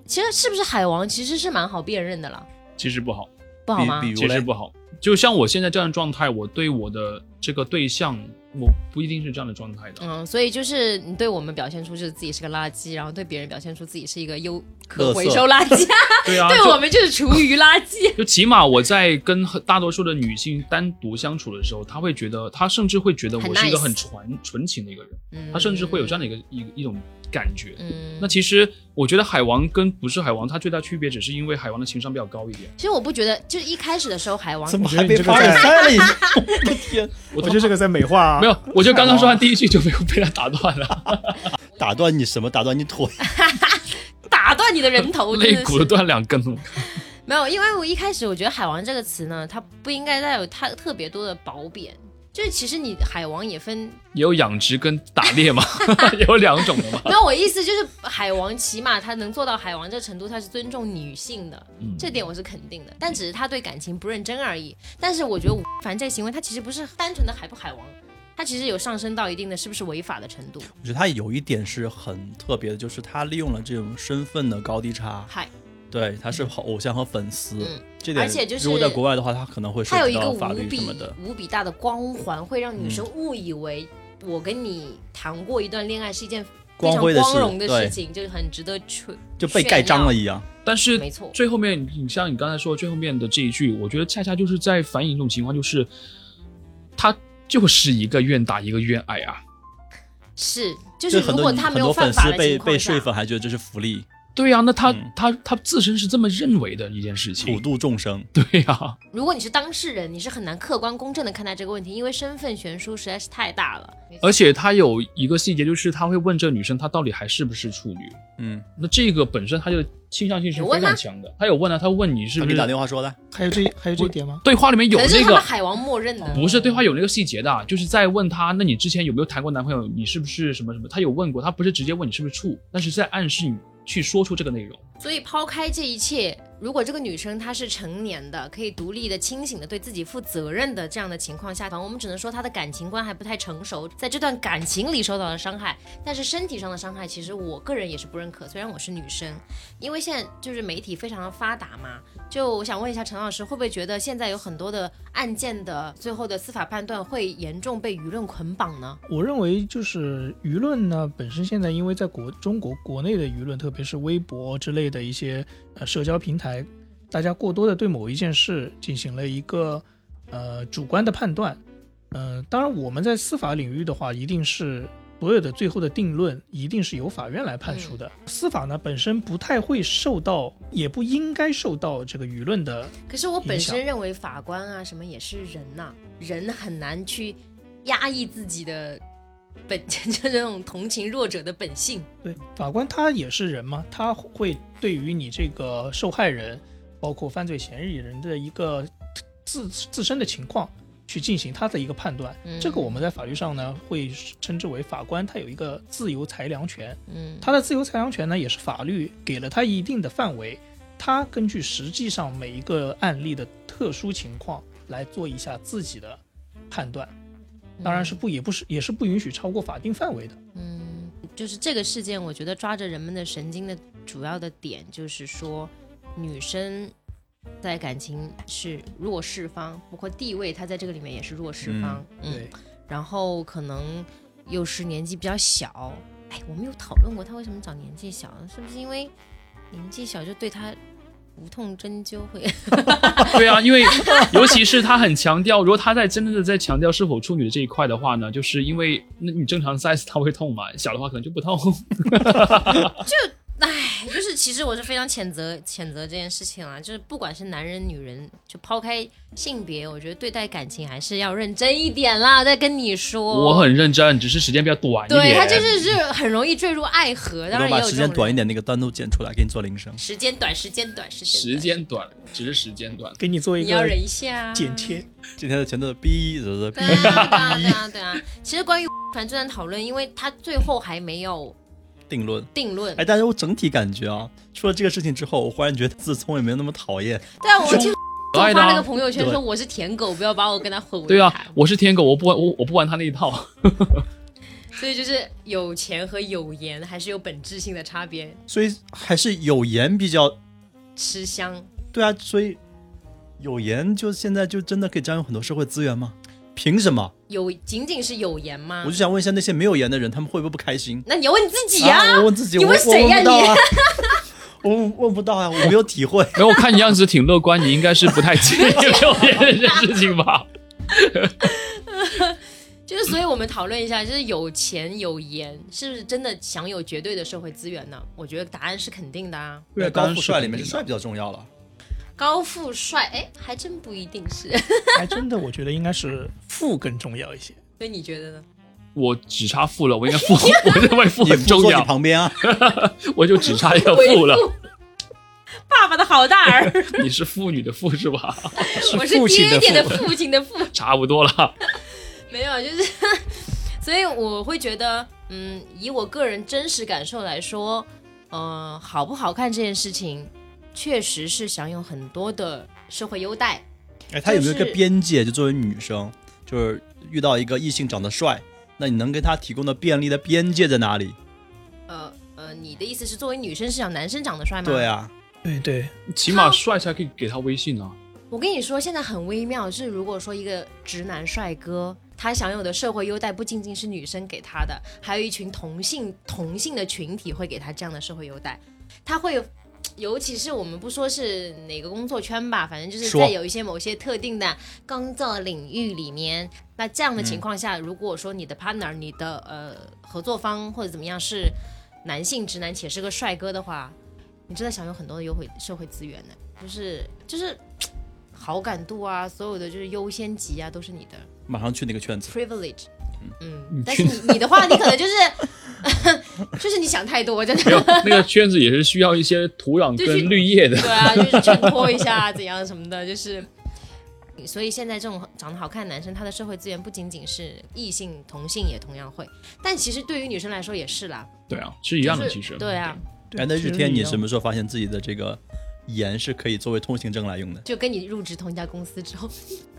Speaker 2: 其实是不是海王其实是蛮好辨认的了，
Speaker 4: 其实不好，
Speaker 2: 不好吗
Speaker 3: 比？比
Speaker 4: 其
Speaker 3: 如
Speaker 4: 实
Speaker 3: 嘞，
Speaker 4: 不好。就像我现在这样的状态，我对我的这个对象，我不一定是这样的状态的。
Speaker 2: 嗯，所以就是你对我们表现出就是自己是个垃圾，然后对别人表现出自己是一个优可
Speaker 3: 垃圾
Speaker 2: 回收垃 圾，
Speaker 4: 对啊，
Speaker 2: 对
Speaker 4: 就
Speaker 2: 我们就是厨余垃圾。
Speaker 4: 就起码我在跟很大多数的女性单独相处的时候，她会觉得，她甚至会觉得
Speaker 2: 很
Speaker 4: 我是一个
Speaker 2: nice
Speaker 4: 很纯纯情的一个人，
Speaker 2: 嗯
Speaker 4: 她甚至会有这样的一个一一种感觉。
Speaker 2: 嗯，
Speaker 4: 那其实我觉得海王跟不是海王，它最大区别只是因为海王的情商比较高一点。
Speaker 2: 其实我不觉得，就是一开始的时候海王
Speaker 3: 怎么
Speaker 5: 觉得
Speaker 3: 还
Speaker 5: 你
Speaker 3: 被
Speaker 5: 这个
Speaker 3: 凡尔
Speaker 5: 在
Speaker 3: 赛了一下？我的天，
Speaker 5: 我觉得这个在美化啊。
Speaker 4: 没有，我就刚刚说完第一句就没有被他打断了，
Speaker 3: 打断你什么？打断你腿？
Speaker 2: 打断你的人头，真
Speaker 4: 肋
Speaker 2: 的
Speaker 4: 骨都
Speaker 2: 是
Speaker 4: 断两根了。
Speaker 2: 没有，因为我一开始我觉得“海王”这个词呢，它不应该带有它特别多的褒贬。就是其实你海王也分，
Speaker 4: 也有养殖跟打猎嘛， 有两种的嘛。
Speaker 2: 没有我意思就是海王起码他能做到海王这程度，他是尊重女性的，
Speaker 4: 嗯
Speaker 2: 这点我是肯定的。但只是他对感情不认真而已。但是我觉得吴亦凡这行为，他其实不是单纯的海不海王，他其实有上升到一定的是不是违法的程度。
Speaker 3: 我觉得他有一点是很特别的，就是他利用了这种身份的高低差，
Speaker 2: 嗨，
Speaker 3: 对，他是偶像和粉丝，
Speaker 2: 嗯
Speaker 3: 这点
Speaker 2: 而且就是
Speaker 3: 如果在国外的话，他可能会
Speaker 2: 它有
Speaker 3: 涉
Speaker 2: 一
Speaker 3: 及
Speaker 2: 个
Speaker 3: 到
Speaker 2: 无
Speaker 3: 法律什
Speaker 2: 比
Speaker 3: 么的。
Speaker 2: 无比大的光环，会让女生误以为我跟你谈过一段恋爱是一件非
Speaker 3: 光
Speaker 2: 常
Speaker 3: 辉的事
Speaker 2: 光荣的事
Speaker 3: 对
Speaker 2: 情，就是很值得去
Speaker 3: 就被盖章了一样，
Speaker 4: 但是
Speaker 2: 没错
Speaker 4: 最后面，你像你刚才说的最后面的这一句，我觉得恰恰就是在反映一种情况，就是他就是一个愿打一个愿挨啊。
Speaker 2: 是，就
Speaker 3: 就是很
Speaker 2: 如
Speaker 3: 多
Speaker 2: 果
Speaker 3: 女
Speaker 2: 他
Speaker 3: 很
Speaker 2: 没有
Speaker 3: 多
Speaker 2: 犯
Speaker 3: 粉
Speaker 2: 法
Speaker 3: 丝
Speaker 2: 的情
Speaker 3: 被被
Speaker 2: 况
Speaker 3: 睡
Speaker 2: 下，
Speaker 3: 粉还觉得这是福利，
Speaker 4: 对啊呀、那他、
Speaker 3: 嗯
Speaker 4: 他他自身是这么认为的一件事
Speaker 3: 普
Speaker 4: 情。
Speaker 3: 度众生。
Speaker 4: 对啊呀、
Speaker 2: 如果你是当事人，你是很难客观公正的看待这个问题，因为身份悬殊实在是太大了。
Speaker 4: 而且他有一个细节，就是他会问这女生她到底还是不是处女。
Speaker 3: 嗯，
Speaker 4: 那这个本身他就倾向性是
Speaker 2: 有
Speaker 4: 非
Speaker 2: 问
Speaker 4: 常
Speaker 2: 吗
Speaker 4: 强的。他有问啊，他问你是
Speaker 3: 他
Speaker 4: 不
Speaker 3: 给你
Speaker 4: 是
Speaker 3: 打电话说的，
Speaker 5: 还有这还有这一点吗？
Speaker 4: 对话里面有
Speaker 2: 可能就是
Speaker 4: 那
Speaker 2: 他
Speaker 4: 个
Speaker 2: 们海王默认的，
Speaker 4: 不是对话有那个细节的啊，就是在问他，那你之前有没有谈过男朋友？你是不是什么什么？他有问过，他不是直接问你是不是处，但是在暗示你去说出这个内 容。
Speaker 2: 所以抛开这一切，如果这个女生她是成年的，可以独立的、清醒的对自己负责任的这样的情况下，我们只能说她的感情观还不太成熟，在这段感情里受到了伤害，但是身体上的伤害，其实我个人也是不认可。虽然我是女生，因为现在就是媒体非常的发达嘛，就我想问一下陈老师，会不会觉得现在有很多的案件的最后的司法判断会严重被舆论捆绑呢？
Speaker 5: 我认为就是舆论呢，本身现在因为在国中国国内的舆论，特别是微博之类的一些呃社交平台，大家过多的对某一件事进行了一个呃主观的判断。呃，当然我们在司法领域的话，一定是所有的最后的定论一定是由法院来判处的。司法呢本身不太会受到，也不应该受到这个舆论的
Speaker 2: 可是我本
Speaker 5: 影响
Speaker 2: 身认为法官啊什么也是人呐、人很难去压抑自己的本， 就是那种同情弱者的本性。
Speaker 5: 对，法官他也是人嘛，他会对于你这个受害人，包括犯罪嫌疑人的一个自自身的情况去进行他的一个判断。
Speaker 2: 嗯
Speaker 5: 这个我们在法律上呢会称之为法官他有一个自由裁量权，
Speaker 2: 嗯，
Speaker 5: 他的自由裁量权呢也是法律给了他一定的范围，他根据实际上每一个案例的特殊情况来做一下自己的判断，当然是不也不是也是不允许超过法定范围的。
Speaker 2: 嗯，就是这个事件，我觉得抓着人们的神经的主要的点就是说，女生在感情是弱势方，包括地位，她在这个里面也是弱势方。嗯，
Speaker 5: 对。
Speaker 2: 然后可能又是年纪比较小。哎，我没有讨论过他为什么找年纪小，是不是因为年纪小就对他无痛针灸 会？
Speaker 4: 对啊，因为尤其是他很强调，如果他在真正的在强调是否处女的这一块的话呢，就是因为那你正常 size 它会痛嘛，小的话可能就不 痛。
Speaker 2: 哎，就是其实我是非常谴责谴责这件事情啊，就是不管是男人女人，就抛开性别，我觉得对待感情还是要认真一点啦。再跟你说，
Speaker 4: 我很认真，只是时间比较短一点。
Speaker 2: 对他就是是很容易坠入爱河，当
Speaker 3: 我
Speaker 2: 然也
Speaker 3: 把
Speaker 2: 有
Speaker 3: 时
Speaker 2: 这
Speaker 3: 间
Speaker 2: 种
Speaker 3: 短一
Speaker 2: 人。
Speaker 3: 点那个单独剪出来给你做铃声。
Speaker 2: 时间短，时间短，时间
Speaker 4: 时
Speaker 2: 短
Speaker 4: 间短，只是时间短。
Speaker 5: 给你做一
Speaker 2: 你要
Speaker 5: 个
Speaker 2: 忍一下，啊
Speaker 5: 剪切。
Speaker 3: 今天的前头的哔 啧
Speaker 2: 对
Speaker 3: 啧
Speaker 2: 啊，对啊，对 啊，对啊。其实关于反这段讨论，因为他最后还没有
Speaker 3: 定论。
Speaker 2: 定论。
Speaker 3: 哎，但是我整体感觉啊，出了这个事情之后，我忽然觉得自聪也没有那么讨厌。
Speaker 2: 对啊，我
Speaker 3: 哎
Speaker 2: 听
Speaker 4: 可爱
Speaker 2: 我
Speaker 4: 的啊
Speaker 2: 发了个朋友圈
Speaker 3: 对
Speaker 2: 说我是舔狗，不要把我跟他混为
Speaker 4: 对
Speaker 2: 一谈
Speaker 4: 啊，我是天狗，我不玩我我不玩他那一套。
Speaker 2: 所以就是有钱和有颜还是有本质性的差别。
Speaker 3: 所以还是有颜比较
Speaker 2: 吃香，
Speaker 3: 对啊，所以有颜就现在就真的可以占用很多社会资源吗？凭什么？
Speaker 2: 有仅仅是有颜吗
Speaker 3: 我就？想问一下那些没有颜的人，他们会不会不开心？
Speaker 2: 那你要问你自己
Speaker 3: 啊！
Speaker 2: 啊
Speaker 3: 我问自己，
Speaker 2: 你
Speaker 3: 我
Speaker 2: 问
Speaker 3: 我
Speaker 2: 谁
Speaker 3: 问
Speaker 2: 呀、
Speaker 3: 不到
Speaker 2: 你？
Speaker 3: 啊，我问不到啊，我没有体会。
Speaker 4: 没有，我看你样子挺乐观，你应该是不太介意 没有别人的事情吧？
Speaker 2: 就是所以我们讨论一下，就是有钱有颜是不是真的享有绝对的社会资源呢？我觉得答案是肯定的啊。
Speaker 4: 对啊当
Speaker 3: 高
Speaker 4: 然
Speaker 3: 富
Speaker 4: 是
Speaker 3: 哎帅
Speaker 4: 肯
Speaker 3: 里面
Speaker 4: 定
Speaker 3: 是
Speaker 4: 的
Speaker 3: 帅比较重 要了。
Speaker 2: 高富帅，哎，还真不一定是。
Speaker 5: 还真的，我觉得应该是富更重要一些。
Speaker 2: 所以你觉得呢？
Speaker 4: 我只差富 了，我应该富，我认为富
Speaker 3: 你
Speaker 4: 很
Speaker 3: 父
Speaker 4: 重
Speaker 3: 坐你
Speaker 4: 要，
Speaker 3: 旁边啊，
Speaker 4: 我就只差一个富了。
Speaker 2: 爸爸的好大 儿，
Speaker 4: 你是妇女的妇是吧？
Speaker 2: 我是
Speaker 3: 父亲
Speaker 2: 爹
Speaker 3: 的
Speaker 2: 爹的
Speaker 3: 父
Speaker 2: 父亲的父，
Speaker 4: 差不多了。
Speaker 2: 没有，就是， 所以我会觉得，嗯，以我个人真实感受来说，呃，好不好看这件事情，确实是享有很多的社会优待。
Speaker 3: 哎，他有没有一个
Speaker 2: 就是
Speaker 3: 边界？就作为女生，就是遇到一个异性长得帅，那你能给他提供的便利的边界在哪里？
Speaker 2: 呃呃，你的意思是作为女生是想男生长得帅吗？
Speaker 3: 对啊，
Speaker 5: 对对，
Speaker 4: 起码帅才可以给他微信啊。
Speaker 2: 我跟你说，现在很微妙，是如果说一个直男帅哥，他享有的社会优待不仅仅是女生给他的，还有一群同性同性的群体会给他这样的社会优待，他会。尤其是我们不说是哪个工作圈吧，反正就是
Speaker 3: 说
Speaker 2: 在有一些某些特定的工作领域里面，那这样的情况下，如果说你的 partner、你的呃合作方或者怎么样是男性直男且是个帅哥的话，你真的享有很多的优惠社会资源呢，就是就是好感度啊，所有的就是优先级啊，都是你的
Speaker 3: 马上去那个圈子。
Speaker 2: privilege。嗯
Speaker 4: 你，
Speaker 2: 但是你你的话，你可能就是 就是你想太多，真
Speaker 4: 没有
Speaker 2: 的。，
Speaker 4: 那个圈子也是需要一些土壤
Speaker 2: 就是
Speaker 4: 跟绿叶的。
Speaker 2: 对啊，就是衬托一下怎样什么的，就是。所以现在这种长得好看的男生，他的社会资源不仅仅是异性，同性也同样会。但其实对于女生来说也是啦，
Speaker 4: 对啊，是一样的，
Speaker 2: 就是
Speaker 4: 其实。嗯
Speaker 2: 对啊，
Speaker 3: 哎，那日
Speaker 5: 其实
Speaker 3: 天
Speaker 5: 一
Speaker 3: 你
Speaker 5: 样
Speaker 3: 什么时候发现自己的这个盐是可以作为通行证来用的？
Speaker 2: 就跟你入职同一家公司之后，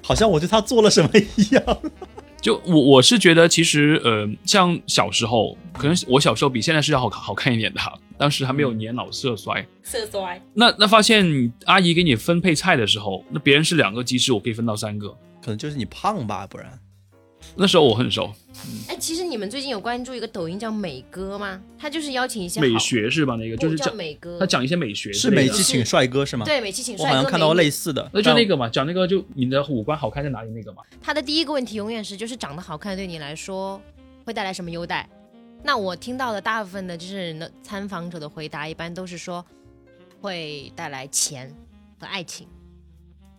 Speaker 3: 好像我对他做了什么一样。
Speaker 4: 就我我是觉得，其实呃，像小时候，可能我小时候比现在是要好好看一点的，当时还没有
Speaker 2: 嗯
Speaker 4: 年老色衰。
Speaker 2: 色衰。
Speaker 4: 那那发现阿姨给你分配菜的时候，那别人是两个鸡翅，我可以分到三个。
Speaker 3: 可能就是你胖吧，不然
Speaker 4: 那时候我很熟，
Speaker 2: 哎，其实你们最近有关注一个抖音叫美哥吗？他就是邀请一些
Speaker 4: 美
Speaker 2: 好
Speaker 4: 学是吧？那个
Speaker 2: 不
Speaker 4: 就是
Speaker 2: 叫
Speaker 4: 讲
Speaker 2: 美哥，
Speaker 4: 他讲一些美学之
Speaker 3: 是
Speaker 4: 类的，
Speaker 3: 美琪请帅哥是吗？，
Speaker 2: 对美琪请
Speaker 3: 我
Speaker 2: 帅
Speaker 3: 好
Speaker 2: 哥，
Speaker 3: 像看到
Speaker 2: 美
Speaker 3: 类
Speaker 2: 女
Speaker 3: 似的。
Speaker 4: 那就
Speaker 3: 但
Speaker 4: 那个嘛，讲那个就你的五官好看在哪里那个嘛。
Speaker 2: 他的第一个问题永远是，就是长得好看对你来说会带来什么优待？那我听到的大部分的就是那参访者的回答，一般都是说会带来钱和爱情。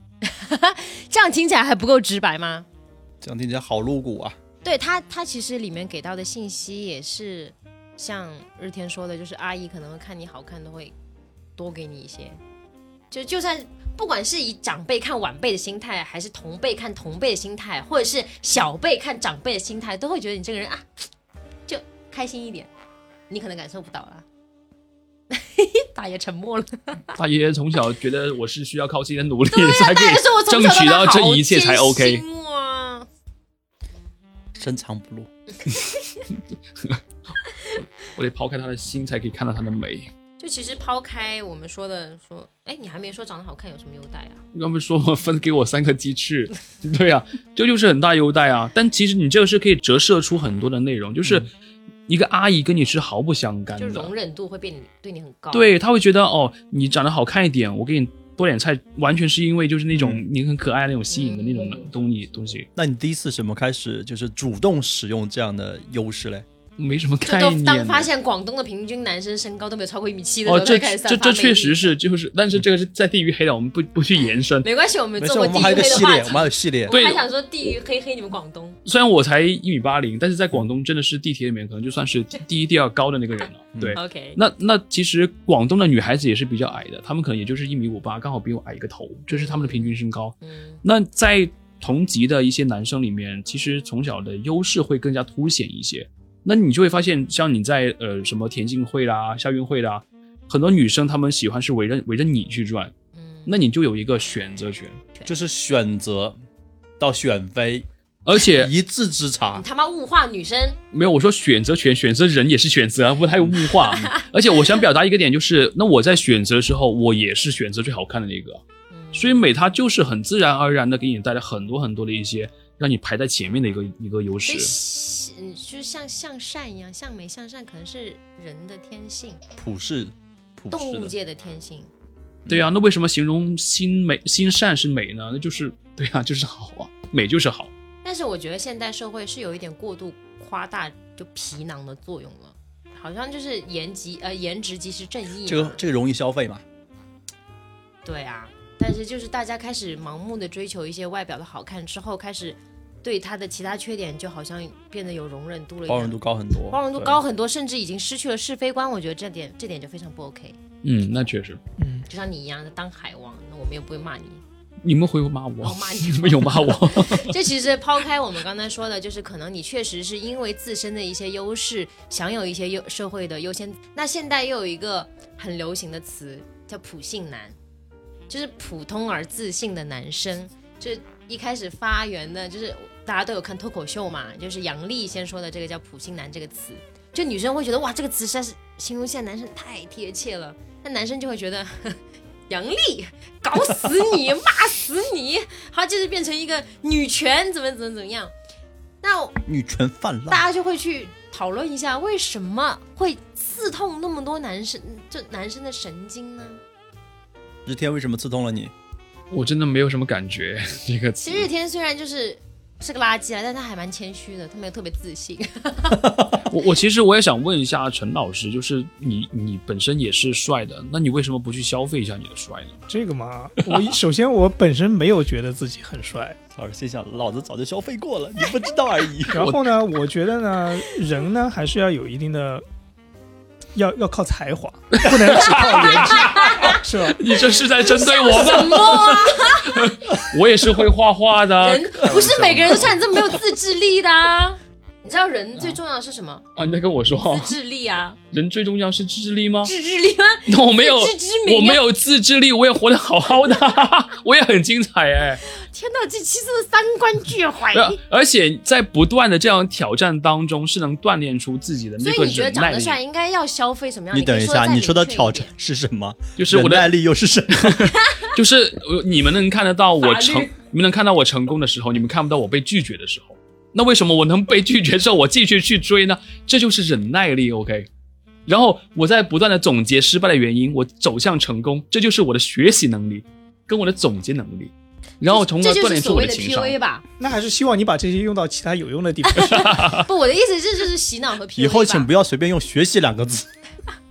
Speaker 2: 这样听起来还不够直白吗？
Speaker 3: 这样听起来好露骨啊！
Speaker 2: 对他，他其实里面给到的信息也是像日天说的，就是阿姨可能会看你好看，都会多给你一些。就就算不管是以长辈看晚辈的心态，还是同辈看同辈的心态，或者是小辈看长辈的心态，都会觉得你这个人啊，就开心一点。你可能感受不到啦。 大爷沉默了。
Speaker 4: 大爷从小觉得我是需要靠自己的努力
Speaker 2: 对啊，
Speaker 4: 才可
Speaker 2: 大爷说我
Speaker 4: 以
Speaker 2: 从
Speaker 4: 争
Speaker 2: 小
Speaker 4: 取
Speaker 2: 到
Speaker 4: 到
Speaker 2: 大
Speaker 4: 这
Speaker 2: 好
Speaker 4: 一切才
Speaker 2: 艰
Speaker 4: OK。
Speaker 2: 辛啊哇
Speaker 3: 深藏不露。
Speaker 4: 我得抛开他的心，才可以看到他的美。
Speaker 2: 就其实抛开我们说的说，哎，你还没说长得好看有什么优待啊？
Speaker 4: 他们说我分给我三个鸡翅，对呀、啊，这就是很大优待啊。但其实你这个是可以折射出很多的内容，就是
Speaker 3: 嗯
Speaker 4: 一个阿姨跟你是毫不相干
Speaker 2: 就
Speaker 4: 的，
Speaker 2: 是容忍度会变对你很高。，
Speaker 4: 对，他会觉得哦，你长得好看一点，我给你多点菜，完全是因为就是那种、
Speaker 3: 嗯
Speaker 4: 你很可爱那种吸引的那种
Speaker 2: 嗯
Speaker 4: 东西东西，
Speaker 3: 那你第一次什么开始就是主动使用这样的优势嘞？
Speaker 4: 没什么
Speaker 2: 这
Speaker 4: 概
Speaker 2: 都
Speaker 4: 念的。
Speaker 2: 当发现广东的平均男生身高都没有超过一米七的时候，
Speaker 4: 哦，
Speaker 2: 才
Speaker 4: 这
Speaker 2: 开始散
Speaker 4: 这
Speaker 2: 发
Speaker 4: 这
Speaker 2: 魅
Speaker 4: 确
Speaker 2: 力
Speaker 4: 实是，就是，但是这个是在地域黑的，我们不不去
Speaker 3: 嗯
Speaker 4: 延伸。
Speaker 2: 没关系，我们
Speaker 3: 没
Speaker 2: 做
Speaker 3: 事，
Speaker 2: 过
Speaker 3: 我
Speaker 2: 地
Speaker 3: 们
Speaker 2: 域
Speaker 3: 还
Speaker 2: 黑
Speaker 3: 有一个
Speaker 2: 的
Speaker 3: 系
Speaker 2: 话
Speaker 3: 列，我
Speaker 2: 题
Speaker 3: 们还。有系列。
Speaker 2: 我
Speaker 4: 对
Speaker 2: 还想说地域黑黑你们广东，
Speaker 4: 虽然我才一米八零，但是在广东真的是地铁里面可能就算是第一、第二高的那个人了。
Speaker 3: 嗯
Speaker 4: 对，
Speaker 2: OK，
Speaker 4: 那那其实广东的女孩子也是比较矮的，她们可能也就是一米五八，刚好比我矮一个头，这是她们的平均身高。
Speaker 2: 嗯，
Speaker 4: 那在同级的一些男生里面，其实从小的优势会更加凸显一些。那你就会发现，像你在呃什么田径会啦、校运会啦，很多女生她们喜欢是围着围着你去转，
Speaker 2: 嗯
Speaker 4: 那你就有一个选择权，
Speaker 3: 就是选择到选妃，
Speaker 4: 而且
Speaker 3: 一字之
Speaker 2: 你
Speaker 3: 差。
Speaker 2: 嗯他妈物化女生，
Speaker 4: 没有，我说选择权，选择人也是选择啊， 不太物化。而且我想表达一个点，就是那我在选择的时候，我也是选择最好看的那个，
Speaker 2: 嗯
Speaker 4: 所以美它就是很自然而然的给你带来很多很多的一些让你排在前面的一个一个优
Speaker 2: 所以
Speaker 4: 势。
Speaker 2: 是嗯，就像向善一样，向美向善可能是人的天性，
Speaker 3: 普世，普
Speaker 2: 动
Speaker 3: 世
Speaker 2: 物
Speaker 3: 的。
Speaker 2: 界的天性。
Speaker 4: 对啊，那为什么形容心美心善是美呢？那就是 对啊，就是好啊，美就是好。
Speaker 2: 但是我觉得现代社会是有一点过度夸大就皮囊的作用了，好像就是颜值呃颜值即是正义嘛。
Speaker 3: 这个这个容易消费嘛？
Speaker 2: 对啊，但是就是大家开始盲目的追求一些外表的好看之后，开始对他的其他缺点就好像变得有容忍度了一样，
Speaker 3: 包容度高很多，
Speaker 2: 包容度高很多，甚至已经失去了是非观。我觉得这点这点就非常不 OK。
Speaker 4: 嗯，那确实，
Speaker 5: 嗯，
Speaker 2: 就像你一样的当海王，那我们又不会骂你。
Speaker 4: 你们会骂我
Speaker 2: 我骂，你
Speaker 4: 你们有骂我。
Speaker 2: 这其实抛开我们刚才说的，就是可能你确实是因为自身的一些优势，享有一些优社会的优先。那现在又有一个很流行的词叫“普信男”，就是普通而自信的男生。就是一开始发源的，就是大家都有看脱口秀嘛，就是杨笠先说的这个叫“普信男”这个词，就女生会觉得哇，这个词实在是形容现在男生太贴切了，那男生就会觉得。 呵杨笠，搞死你，骂死你！好，就是变成一个女权，怎么怎么怎么样？那
Speaker 3: 女权泛滥
Speaker 2: 大。家就会去讨论一下，为什么会刺痛那么多男生，就男生的神经呢？
Speaker 3: 日天为什么刺痛了你？
Speaker 4: 我真的没有什么感觉， 这个词
Speaker 2: 其。实日天虽然就是是个垃圾啊，但他还蛮谦虚的，他没有特别自 信。
Speaker 4: 我我其实我也想问一下陈老师，就是你你本身也是帅的，那你为什么不去消费一下你的帅呢？
Speaker 5: 这个嘛，我一首先我本身没有觉得自己很帅，
Speaker 3: 老师心想，老子早就消费过了，你不知道而已。
Speaker 5: 然后呢，我觉得呢，人呢还是要有一定的，要要靠才华，不能只靠颜值， 哦是吧？
Speaker 4: 你这是在针 对我吗？
Speaker 2: 什么啊、
Speaker 4: 我也是会画画的啊
Speaker 2: 人不是每个人都像你这么没有自制力的、啊。你知道人最重要的是什么？
Speaker 4: 啊！你在跟我
Speaker 3: 哦
Speaker 4: 说，
Speaker 2: 自制力啊，
Speaker 4: 人最重要是自制力吗？
Speaker 2: 自制力吗？
Speaker 4: 我没有，
Speaker 2: 自知之明啊
Speaker 4: 我没有自制力，我也活得好好的， 我也很精彩哎。
Speaker 2: 天哪，这其实是三观俱毁。
Speaker 4: 没有而且在不断的这样挑战当中，是能锻炼出自己的
Speaker 2: 所
Speaker 4: 那
Speaker 2: 以
Speaker 4: 个
Speaker 2: 你觉得
Speaker 4: 忍
Speaker 2: 长
Speaker 4: 耐
Speaker 2: 得
Speaker 4: 力。
Speaker 2: 帅应该要消费什么样？
Speaker 3: 你
Speaker 2: 可以
Speaker 3: 等一
Speaker 2: 得
Speaker 3: 下，
Speaker 2: 再
Speaker 3: 你说
Speaker 2: 明
Speaker 3: 的
Speaker 2: 确一
Speaker 3: 挑
Speaker 2: 点
Speaker 3: 战是什么？
Speaker 4: 就是我
Speaker 3: 忍耐
Speaker 4: 的，
Speaker 3: 力又是什么？
Speaker 4: 就是呃你们能看得到我成
Speaker 2: 法律，
Speaker 4: 你们能看到我成功的时候，你们看不到我被拒绝的时候。那为什么我能被拒绝之后，我继续去追呢？这就是忍耐力，OK。然后我在不断的总结失败的原因，我走向成功，这就是我的学习能力跟我的总结能力，然后从而
Speaker 2: 这就
Speaker 4: 锻
Speaker 2: 是
Speaker 4: 炼出
Speaker 2: 所
Speaker 4: 我
Speaker 2: 谓
Speaker 4: 的
Speaker 2: 的
Speaker 4: 情商。
Speaker 2: PUA 吧？
Speaker 5: 那还是希望你把这些用到其他有用的地方 去。
Speaker 2: 不，我的意思这就是洗脑和 PUA 吧。
Speaker 3: 以后请不要随便用“学习”两个字。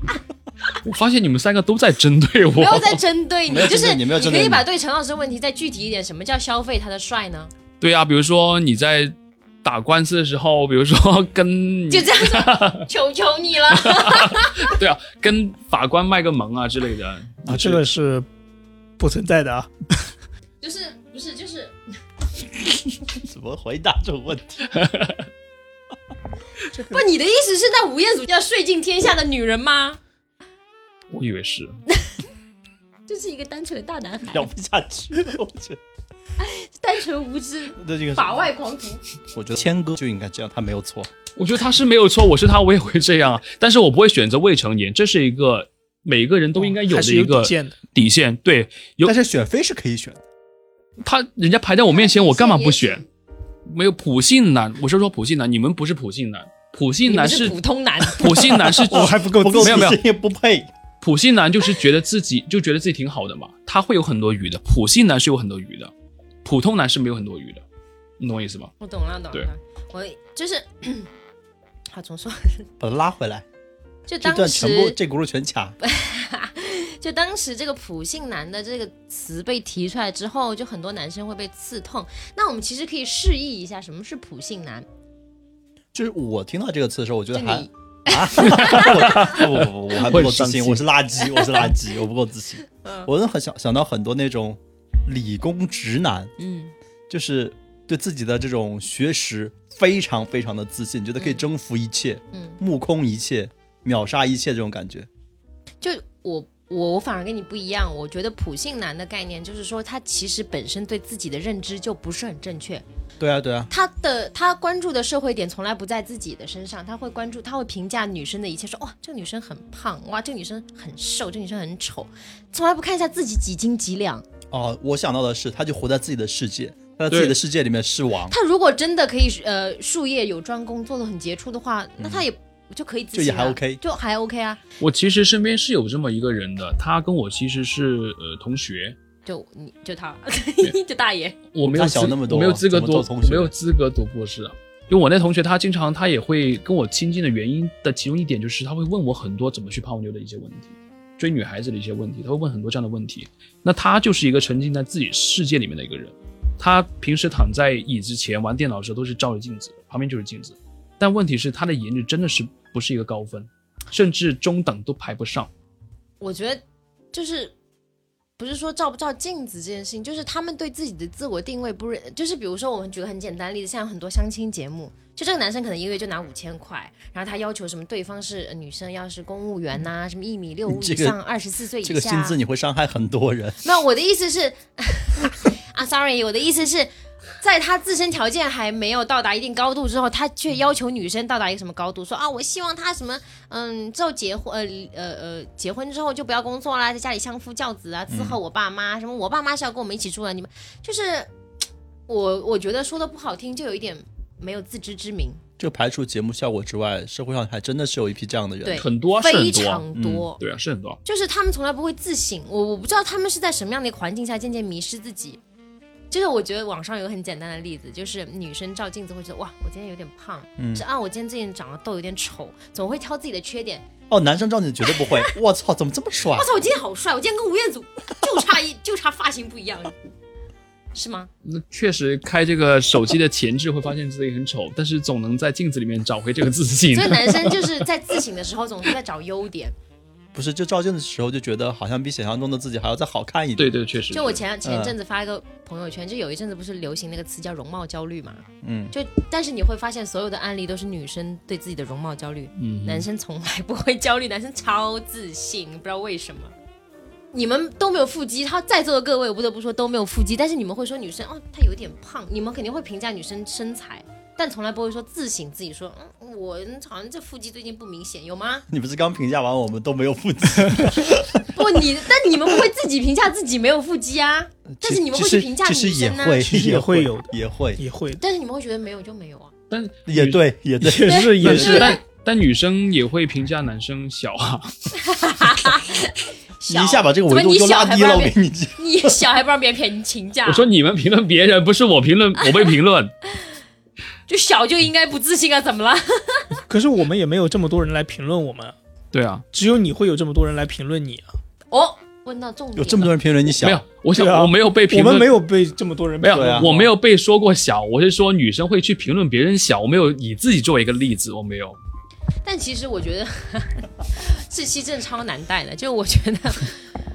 Speaker 4: 我发现你们三个都在针对
Speaker 2: 不
Speaker 4: 我，
Speaker 2: 要再针对你
Speaker 3: 没，有
Speaker 2: 就
Speaker 3: 针
Speaker 2: 是
Speaker 3: 对你没有针
Speaker 2: 可
Speaker 3: 对
Speaker 2: 以
Speaker 3: 你
Speaker 2: 把对陈老师的问题再具体一点，什么叫消费他的帅呢？
Speaker 4: 对啊，比如说你在打官司的时候，比如说 跟
Speaker 2: 就这样说，求求你了。
Speaker 4: 对啊，跟法官卖个萌啊之类的
Speaker 5: 啊，这个是不存在的啊。
Speaker 2: 就是不是就是
Speaker 3: 怎么回答这种问题？
Speaker 2: 不？你的意思是那吴彦祖要睡尽天下的女人吗？
Speaker 4: 我以为是
Speaker 2: 就是一个单纯的大男
Speaker 3: 聊
Speaker 2: 孩，
Speaker 3: 不下去 了，我觉得
Speaker 2: 单纯无知，
Speaker 3: 那这个是
Speaker 2: 法外狂徒。
Speaker 3: 我觉得谦哥就应该这样，他没有错。
Speaker 4: 我觉得他是没有错，我是他，我也会这样啊。但是我不会选择未成年，这是一个每个人都应该有
Speaker 5: 哦还
Speaker 4: 的
Speaker 5: 是
Speaker 4: 一
Speaker 5: 有
Speaker 4: 个
Speaker 5: 底线的。
Speaker 4: 底线。对，有
Speaker 3: 但是选妃是可以选的，
Speaker 4: 他人家排在我面前，我干嘛不选？没有普信男，我是说普信男，你们不是普信男，普信
Speaker 2: 你
Speaker 4: 男
Speaker 2: 们
Speaker 4: 是
Speaker 2: 是普通男，
Speaker 4: 普信男是
Speaker 5: 我还不够
Speaker 3: 哦不够
Speaker 5: 自
Speaker 4: 没有没有
Speaker 3: 自信也不配。
Speaker 4: 普信男就是觉得自己就觉得自己挺好的嘛，他会有很多鱼的。普信男是有很多鱼的，普通男是没有很多鱼的，你懂我意思吗？
Speaker 2: 我懂了懂
Speaker 4: 对
Speaker 2: 了，我就是 好重说，
Speaker 3: 把他拉回来，
Speaker 2: 就
Speaker 3: 这
Speaker 2: 当
Speaker 3: 段全部
Speaker 2: 时
Speaker 3: 这轱辘全 卡。
Speaker 2: 就当时这个普信男的这个词被提出来之后，就很多男生会被刺痛。那我们其实可以示意一下什么是普信男，
Speaker 3: 就是我听到这个词的时候，我觉
Speaker 2: 就
Speaker 3: 得还
Speaker 2: 你
Speaker 3: 啊， 我不不不，我还不
Speaker 4: 我很
Speaker 3: 够自
Speaker 4: 伤
Speaker 3: 信，
Speaker 4: 心
Speaker 3: 我是垃圾，我是垃圾，我不够自信
Speaker 2: 嗯。
Speaker 3: 我能很想想到很多那种理工直男，
Speaker 2: 嗯，
Speaker 3: 就是对自己的这种学识非常非常的自信，觉得可以征服一切，
Speaker 2: 嗯
Speaker 3: 目空一切，秒杀一切这种感觉。
Speaker 2: 就我我我反而跟你不一样，我觉得普信男的概念就是说他其实本身对自己的认知就不是很正确，
Speaker 3: 对啊，对啊，
Speaker 2: 他的他关注的社会点从来不在自己的身上，他会关注，他会评价女生的一切，说哇，哦这个女生很胖，哇，这个女生很瘦，这个女生很丑，从来不看一下自己几斤几两。
Speaker 3: 哦，我想到的是，他就活在自己的世界，他在自己
Speaker 4: 对
Speaker 3: 的世界里面是王，
Speaker 2: 他如果真的可以呃术业有专攻，做的很杰出的话，那他也、就可以自
Speaker 3: 嗯就也
Speaker 2: 信、啊，
Speaker 3: 还 OK
Speaker 2: 就还 OK 啊。
Speaker 4: 我其实身边是有这么一个人的，他跟我其实是呃同学，
Speaker 2: 就你就他 就大爷，
Speaker 4: 我没有
Speaker 3: 他小
Speaker 4: 资
Speaker 3: 那么多
Speaker 4: 我没有资格
Speaker 3: 怎么
Speaker 4: 读
Speaker 3: 做同学
Speaker 4: 我没有资格读博士啊。因为我那同学他经常他也会跟我亲近的原因的其中一点就是他会问我很多怎么去泡妞的一些问题，追女孩子的一些问题，他会问很多这样的问题。那他就是一个沉浸在自己世界里面的一个人，他平时躺在椅子前玩电脑的时候都是照着镜子，旁边就是镜子。但问题是他的颜值真的是不是一个高分，甚至中等都排不上。
Speaker 2: 我觉得就是不是说照不照镜子这件事情，就是他们对自己的自我定位不是，就是比如说我们举个很简单的例子，像很多相亲节目，就这个男生可能一个月就拿五千块，然后他要求什么对方是呃女生要是公务员呐、什么一米六五
Speaker 3: 这
Speaker 2: 以
Speaker 3: 个
Speaker 2: 上，二十四岁以下，
Speaker 3: 这个薪资你会伤害很多人。
Speaker 2: 没有，我的意思是 啊，sorry，我的意思是在他自身条件还没有到达一定高度之后，他却要求女生到达一个什么高度，说啊，我希望他什么，嗯，之后结婚，呃呃呃，结婚之后就不要工作啦，在家里相夫教子啊，伺候我爸妈，什么我爸妈是要跟我们一起住的，你们就是我，我觉得说的不好听，就有一点没有自知之明，
Speaker 3: 就排除节目效果之外，社会上还真的是有一批这样的人。
Speaker 2: 对
Speaker 4: 很多啊是
Speaker 2: 非
Speaker 4: 很多啊，
Speaker 2: 常多。
Speaker 4: 对啊是很多啊。
Speaker 2: 就是他们从来不会自省。我我不知道他们是在什么样的环境下渐渐迷失自己。就是我觉得网上有个很简单的例子，就是女生照镜子会觉得哇，我今天有点胖，是啊，我今天最近长得痘有点丑，总会挑自己的缺点。
Speaker 3: 哦，男生照你绝对不会。 我操，怎么这么帅
Speaker 2: 我？操，我今天好帅，我今天跟吴彦祖就差一就差发型不一样，是吗？
Speaker 4: 那确实开这个手机的前置会发现自己很丑，但是总能在镜子里面找回这个自信
Speaker 2: 所。以男生就是在自省的时候总是在找优点。
Speaker 3: 不是，就照镜子的时候就觉得好像比想象中的自己还要再好看一点。
Speaker 4: 对对，确实。
Speaker 2: 就我前前阵子发一个朋友圈，就有一阵子不是流行那个词叫容貌焦虑嘛，
Speaker 3: 嗯，
Speaker 2: 就但是你会发现所有的案例都是女生对自己的容貌焦虑，
Speaker 4: 嗯
Speaker 2: 男生从来不会焦虑，男生超自信，不知道为什么。你们都没有腹肌，他在座的各位，我不得不说都没有腹肌，但是你们会说女生哦，她有点胖，你们肯定会评价女生身材，但从来不会说自省自己说，嗯，我好像这腹肌最近不明显，有吗？
Speaker 3: 你不是刚评价完我们都没有腹肌？
Speaker 2: 不，你 但你们不会自己评价自己没有腹肌啊，但是你们会去
Speaker 3: 呃其实
Speaker 2: 评价女
Speaker 3: 其实也
Speaker 2: 生呢、啊
Speaker 3: 会，
Speaker 5: 其实 也会有的
Speaker 3: 也会，
Speaker 5: 也会
Speaker 2: 但是你们会觉得没有就没有啊，
Speaker 4: 但
Speaker 3: 也对，也对。
Speaker 5: 也是也
Speaker 4: 但
Speaker 5: 是
Speaker 4: 但但女生也会评价男生小啊，
Speaker 3: 你一下把这个维度
Speaker 2: 怎么你
Speaker 3: 就
Speaker 2: 小
Speaker 3: 拉
Speaker 2: 还
Speaker 3: 低
Speaker 2: 不
Speaker 3: 了，
Speaker 2: 让
Speaker 3: 我
Speaker 2: 别
Speaker 3: 给你讲。
Speaker 2: 你小还不让别人评评 价，
Speaker 4: 我说你们评论别人，不是我评论，我被 评论。
Speaker 2: 就小就应该不自信啊，怎么了？
Speaker 5: 可是我们也没有这么多人来评论我们，
Speaker 4: 对啊，
Speaker 5: 只有你会有这么多人来评论你啊。
Speaker 2: 哦，问到重点了，
Speaker 3: 有这么多人评论你小
Speaker 4: 没，有，我想
Speaker 5: 对啊
Speaker 4: 我没有被评
Speaker 5: 我
Speaker 4: 论
Speaker 5: 们没。有被这么多人
Speaker 4: 没有
Speaker 5: 评论
Speaker 3: 啊
Speaker 5: 过
Speaker 4: 我没有被说过小，我是说女生会去评论别人小，我没有以自己作为一个例子，我没有。
Speaker 2: 但其实我觉得这期真的超难带的，就我觉得，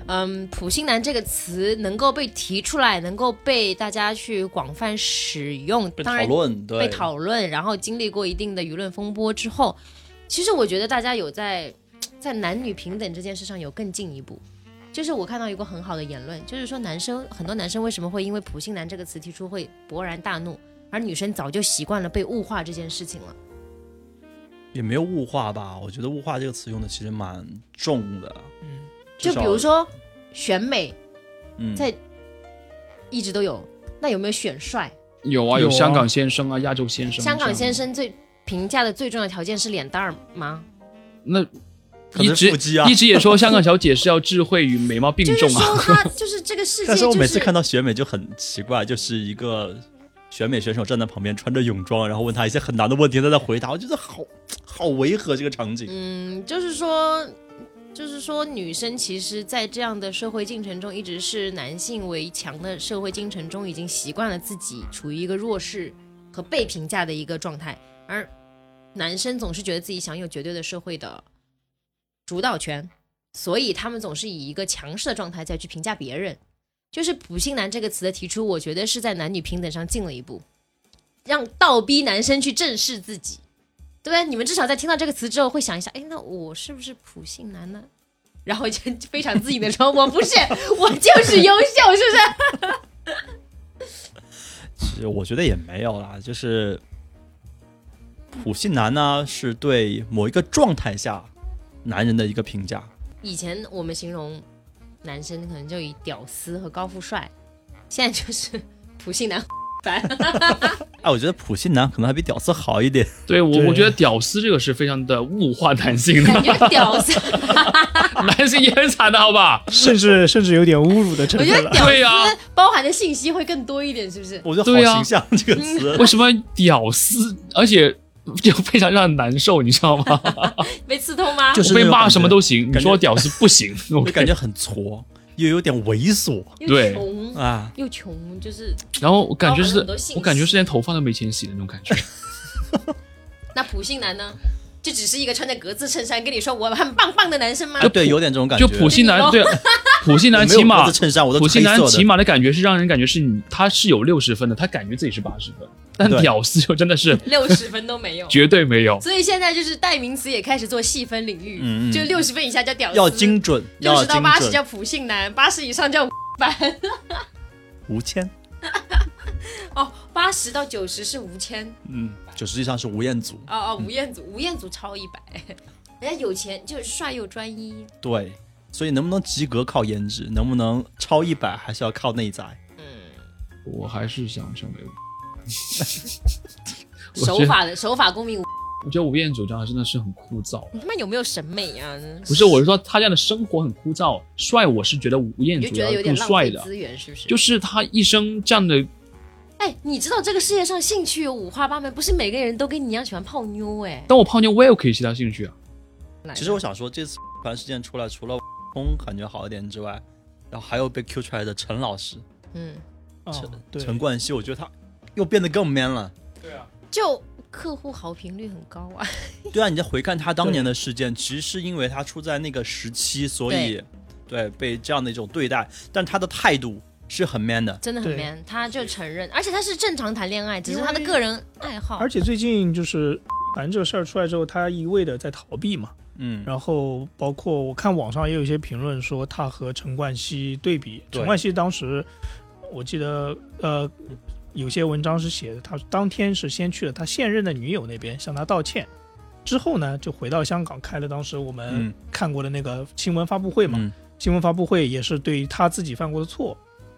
Speaker 2: 嗯，普信男这个词能够被提出来，能够被大家去广泛使用，
Speaker 3: 被
Speaker 2: 当
Speaker 3: 讨
Speaker 2: 然
Speaker 3: 论，对，
Speaker 2: 被讨论，然后经历过一定的舆论风波之后，其实我觉得大家有在在男女平等这件事上有更进一步。就是我看到一个很好的言论，就是说男生很多男生为什么会因为“普信男”这个词提出会勃然大怒，而女生早就习惯了被物化这件事情了。
Speaker 3: 也没有物化吧？我觉得物化这个词用的其实蛮重的。
Speaker 5: 嗯
Speaker 2: 就
Speaker 3: 至少
Speaker 2: 比如，说选美
Speaker 3: 嗯，
Speaker 2: 在一直都有，那有没有选帅？
Speaker 4: 有啊，
Speaker 5: 有
Speaker 4: 有
Speaker 5: 啊
Speaker 4: 香港先生啊，亚洲先生啊。
Speaker 2: 香港先
Speaker 4: 生
Speaker 2: 生最评价的最重要的条件是脸蛋儿吗？
Speaker 4: 那
Speaker 3: 可
Speaker 4: 一
Speaker 3: 能
Speaker 4: 直
Speaker 3: 腹肌啊
Speaker 4: 一。直也说香港小姐是要智慧与美貌并
Speaker 2: 就是
Speaker 4: 重啊
Speaker 2: 说。他就是这个世界
Speaker 3: 但是我
Speaker 2: 就
Speaker 3: 每次
Speaker 2: 是
Speaker 3: 看到选美就很奇怪，就是一个选美选手站在旁边穿着泳装，然后问他一些很难的问题，他在回答，我觉得好好违和这个场景。
Speaker 2: 嗯，就是说，就是说，女生其实，在这样的社会进程中，一直是男性为强的社会进程中，已经习惯了自己处于一个弱势和被评价的一个状态，而男生总是觉得自己享有绝对的社会的主导权，所以他们总是以一个强势的状态再去评价别人。就是“普信男”这个词的提出，我觉得是在男女平等上进了一步，让倒逼男生去正视自己。对不对？你们至少在听到这个词之后会想一下，哎，那我是不是普信男呢？然后就非常自信的说，我不 是，我就是优秀，是不是？
Speaker 3: 是我觉得也没有啦，就是普信男呢是对某一个状态下男人的一个评价，
Speaker 2: 以前我们形容男生可能就以屌丝和高富帅，现在就是普信男烦。
Speaker 3: 哎，我觉得普信男可能还比屌丝好一点。
Speaker 4: 对我，
Speaker 5: 对
Speaker 4: 我觉得屌丝这个是非常的物化男 性 的，
Speaker 2: 感觉屌丝，
Speaker 4: 男性也很惨的好吧？
Speaker 5: 甚至甚至有点侮辱的成
Speaker 2: 我觉
Speaker 5: 分
Speaker 2: 得
Speaker 5: 了。
Speaker 2: 屌
Speaker 4: 对呀
Speaker 2: 丝包含的信息会更多一点，是不是？
Speaker 3: 我觉得
Speaker 4: 对啊
Speaker 3: 好形象、这个词
Speaker 2: 嗯
Speaker 4: 为，什么屌丝，而且就非常让人难受，你知道吗？
Speaker 2: 被刺痛吗？
Speaker 3: 就是
Speaker 4: 我被
Speaker 3: 那种
Speaker 4: 骂
Speaker 3: 感
Speaker 4: 什么
Speaker 3: 觉
Speaker 4: 都行，你
Speaker 3: 感觉
Speaker 4: 说屌丝不 行， 我
Speaker 3: 就感觉很挫，又有点猥琐
Speaker 2: 又
Speaker 4: 对
Speaker 2: 穷
Speaker 3: 啊。
Speaker 2: 又穷，就是
Speaker 4: 然后我感觉
Speaker 2: 包含了
Speaker 4: 是
Speaker 2: 很多信息，
Speaker 4: 我感觉是连头发都没钱洗的那种感觉。
Speaker 2: 那普信男呢？就只是一个穿着格子衬衫跟你说我很棒棒的男生吗？
Speaker 3: 呃哎就对，有点这种感觉。
Speaker 4: 就普信男，对，普信男起
Speaker 3: 我没有
Speaker 4: 码
Speaker 3: 格子衬衫我都
Speaker 4: 普信
Speaker 3: 黑色
Speaker 4: 男
Speaker 3: 的
Speaker 4: 起码的感觉是让人感觉是你他是有六十分的，他感觉自己是八十分，但
Speaker 3: 对
Speaker 4: 屌丝就真的是
Speaker 2: 六十分都没有。
Speaker 4: 绝对没有。
Speaker 2: 所以现在就是代名词也开始做细分领域，
Speaker 3: 嗯嗯
Speaker 2: 就六十分以下叫屌丝，
Speaker 3: 要精准，
Speaker 2: 六
Speaker 3: 要
Speaker 2: 十到
Speaker 3: 精
Speaker 2: 八十
Speaker 3: 准
Speaker 2: 叫，普信男，八十以上叫
Speaker 3: 无铅，
Speaker 2: 哦，八十到九十是吴谦，
Speaker 3: 嗯，就实际上是吴彦祖，
Speaker 2: 哦
Speaker 4: 嗯
Speaker 2: 哦，吴彦祖，吴彦祖超一百， 人家有钱就是帅又专一，
Speaker 3: 对，所以能不能及格靠颜值，能不能超一百还是要靠内在。
Speaker 4: 我还是想 成为，我觉
Speaker 2: 守
Speaker 4: 得
Speaker 2: 法的守法公民，
Speaker 4: 我觉得吴彦祖这样真的是很枯燥。
Speaker 2: 你他妈有没有审美啊？
Speaker 4: 不是，我是说他这样的生活很枯燥。帅，我是觉得吴彦
Speaker 2: 你就
Speaker 4: 祖
Speaker 2: 觉得有
Speaker 4: 要
Speaker 2: 点
Speaker 4: 更
Speaker 2: 浪
Speaker 4: 帅
Speaker 2: 费
Speaker 4: 的，
Speaker 2: 资源是不是？
Speaker 4: 就是他一生这样的
Speaker 2: 哎，你知道这个世界上兴趣有五花八门，不是每个人都跟你一样喜欢泡妞哎。
Speaker 4: 但我泡妞，我也有可以其他兴趣啊。
Speaker 3: 其实我想说，这次团事件出来，除了风感觉好一点之外，然后还有被 Q 出来的陈老师，
Speaker 2: 嗯，
Speaker 5: 哦，对，
Speaker 3: 陈冠希，我觉得他又变得更 man 了。
Speaker 2: 就客户好评率很高啊。
Speaker 3: 对啊，你在回看他当年的事件，其实是因为他处在那个时期，所以对被这样的一种对待，但他的态度是很 man 的。
Speaker 2: 真的很
Speaker 5: 对
Speaker 2: man，他就承认，而且他是正常谈恋爱，只是他的个人爱好
Speaker 5: 而。且最近就是反正这个事儿出来之后，他一味的在逃避嘛。
Speaker 3: 嗯，
Speaker 5: 然后包括我看网上也有一些评论说他和陈冠希对比，
Speaker 3: 对
Speaker 5: 陈冠希当时我记得呃有些文章是写的，他当天是先去了他现任的女友那边向他道歉，之后呢就回到香港开了当时我
Speaker 3: 嗯
Speaker 5: 们看过的那个新闻发布会嘛，
Speaker 3: 嗯
Speaker 5: 新闻发布会也是对于他自己犯过的错。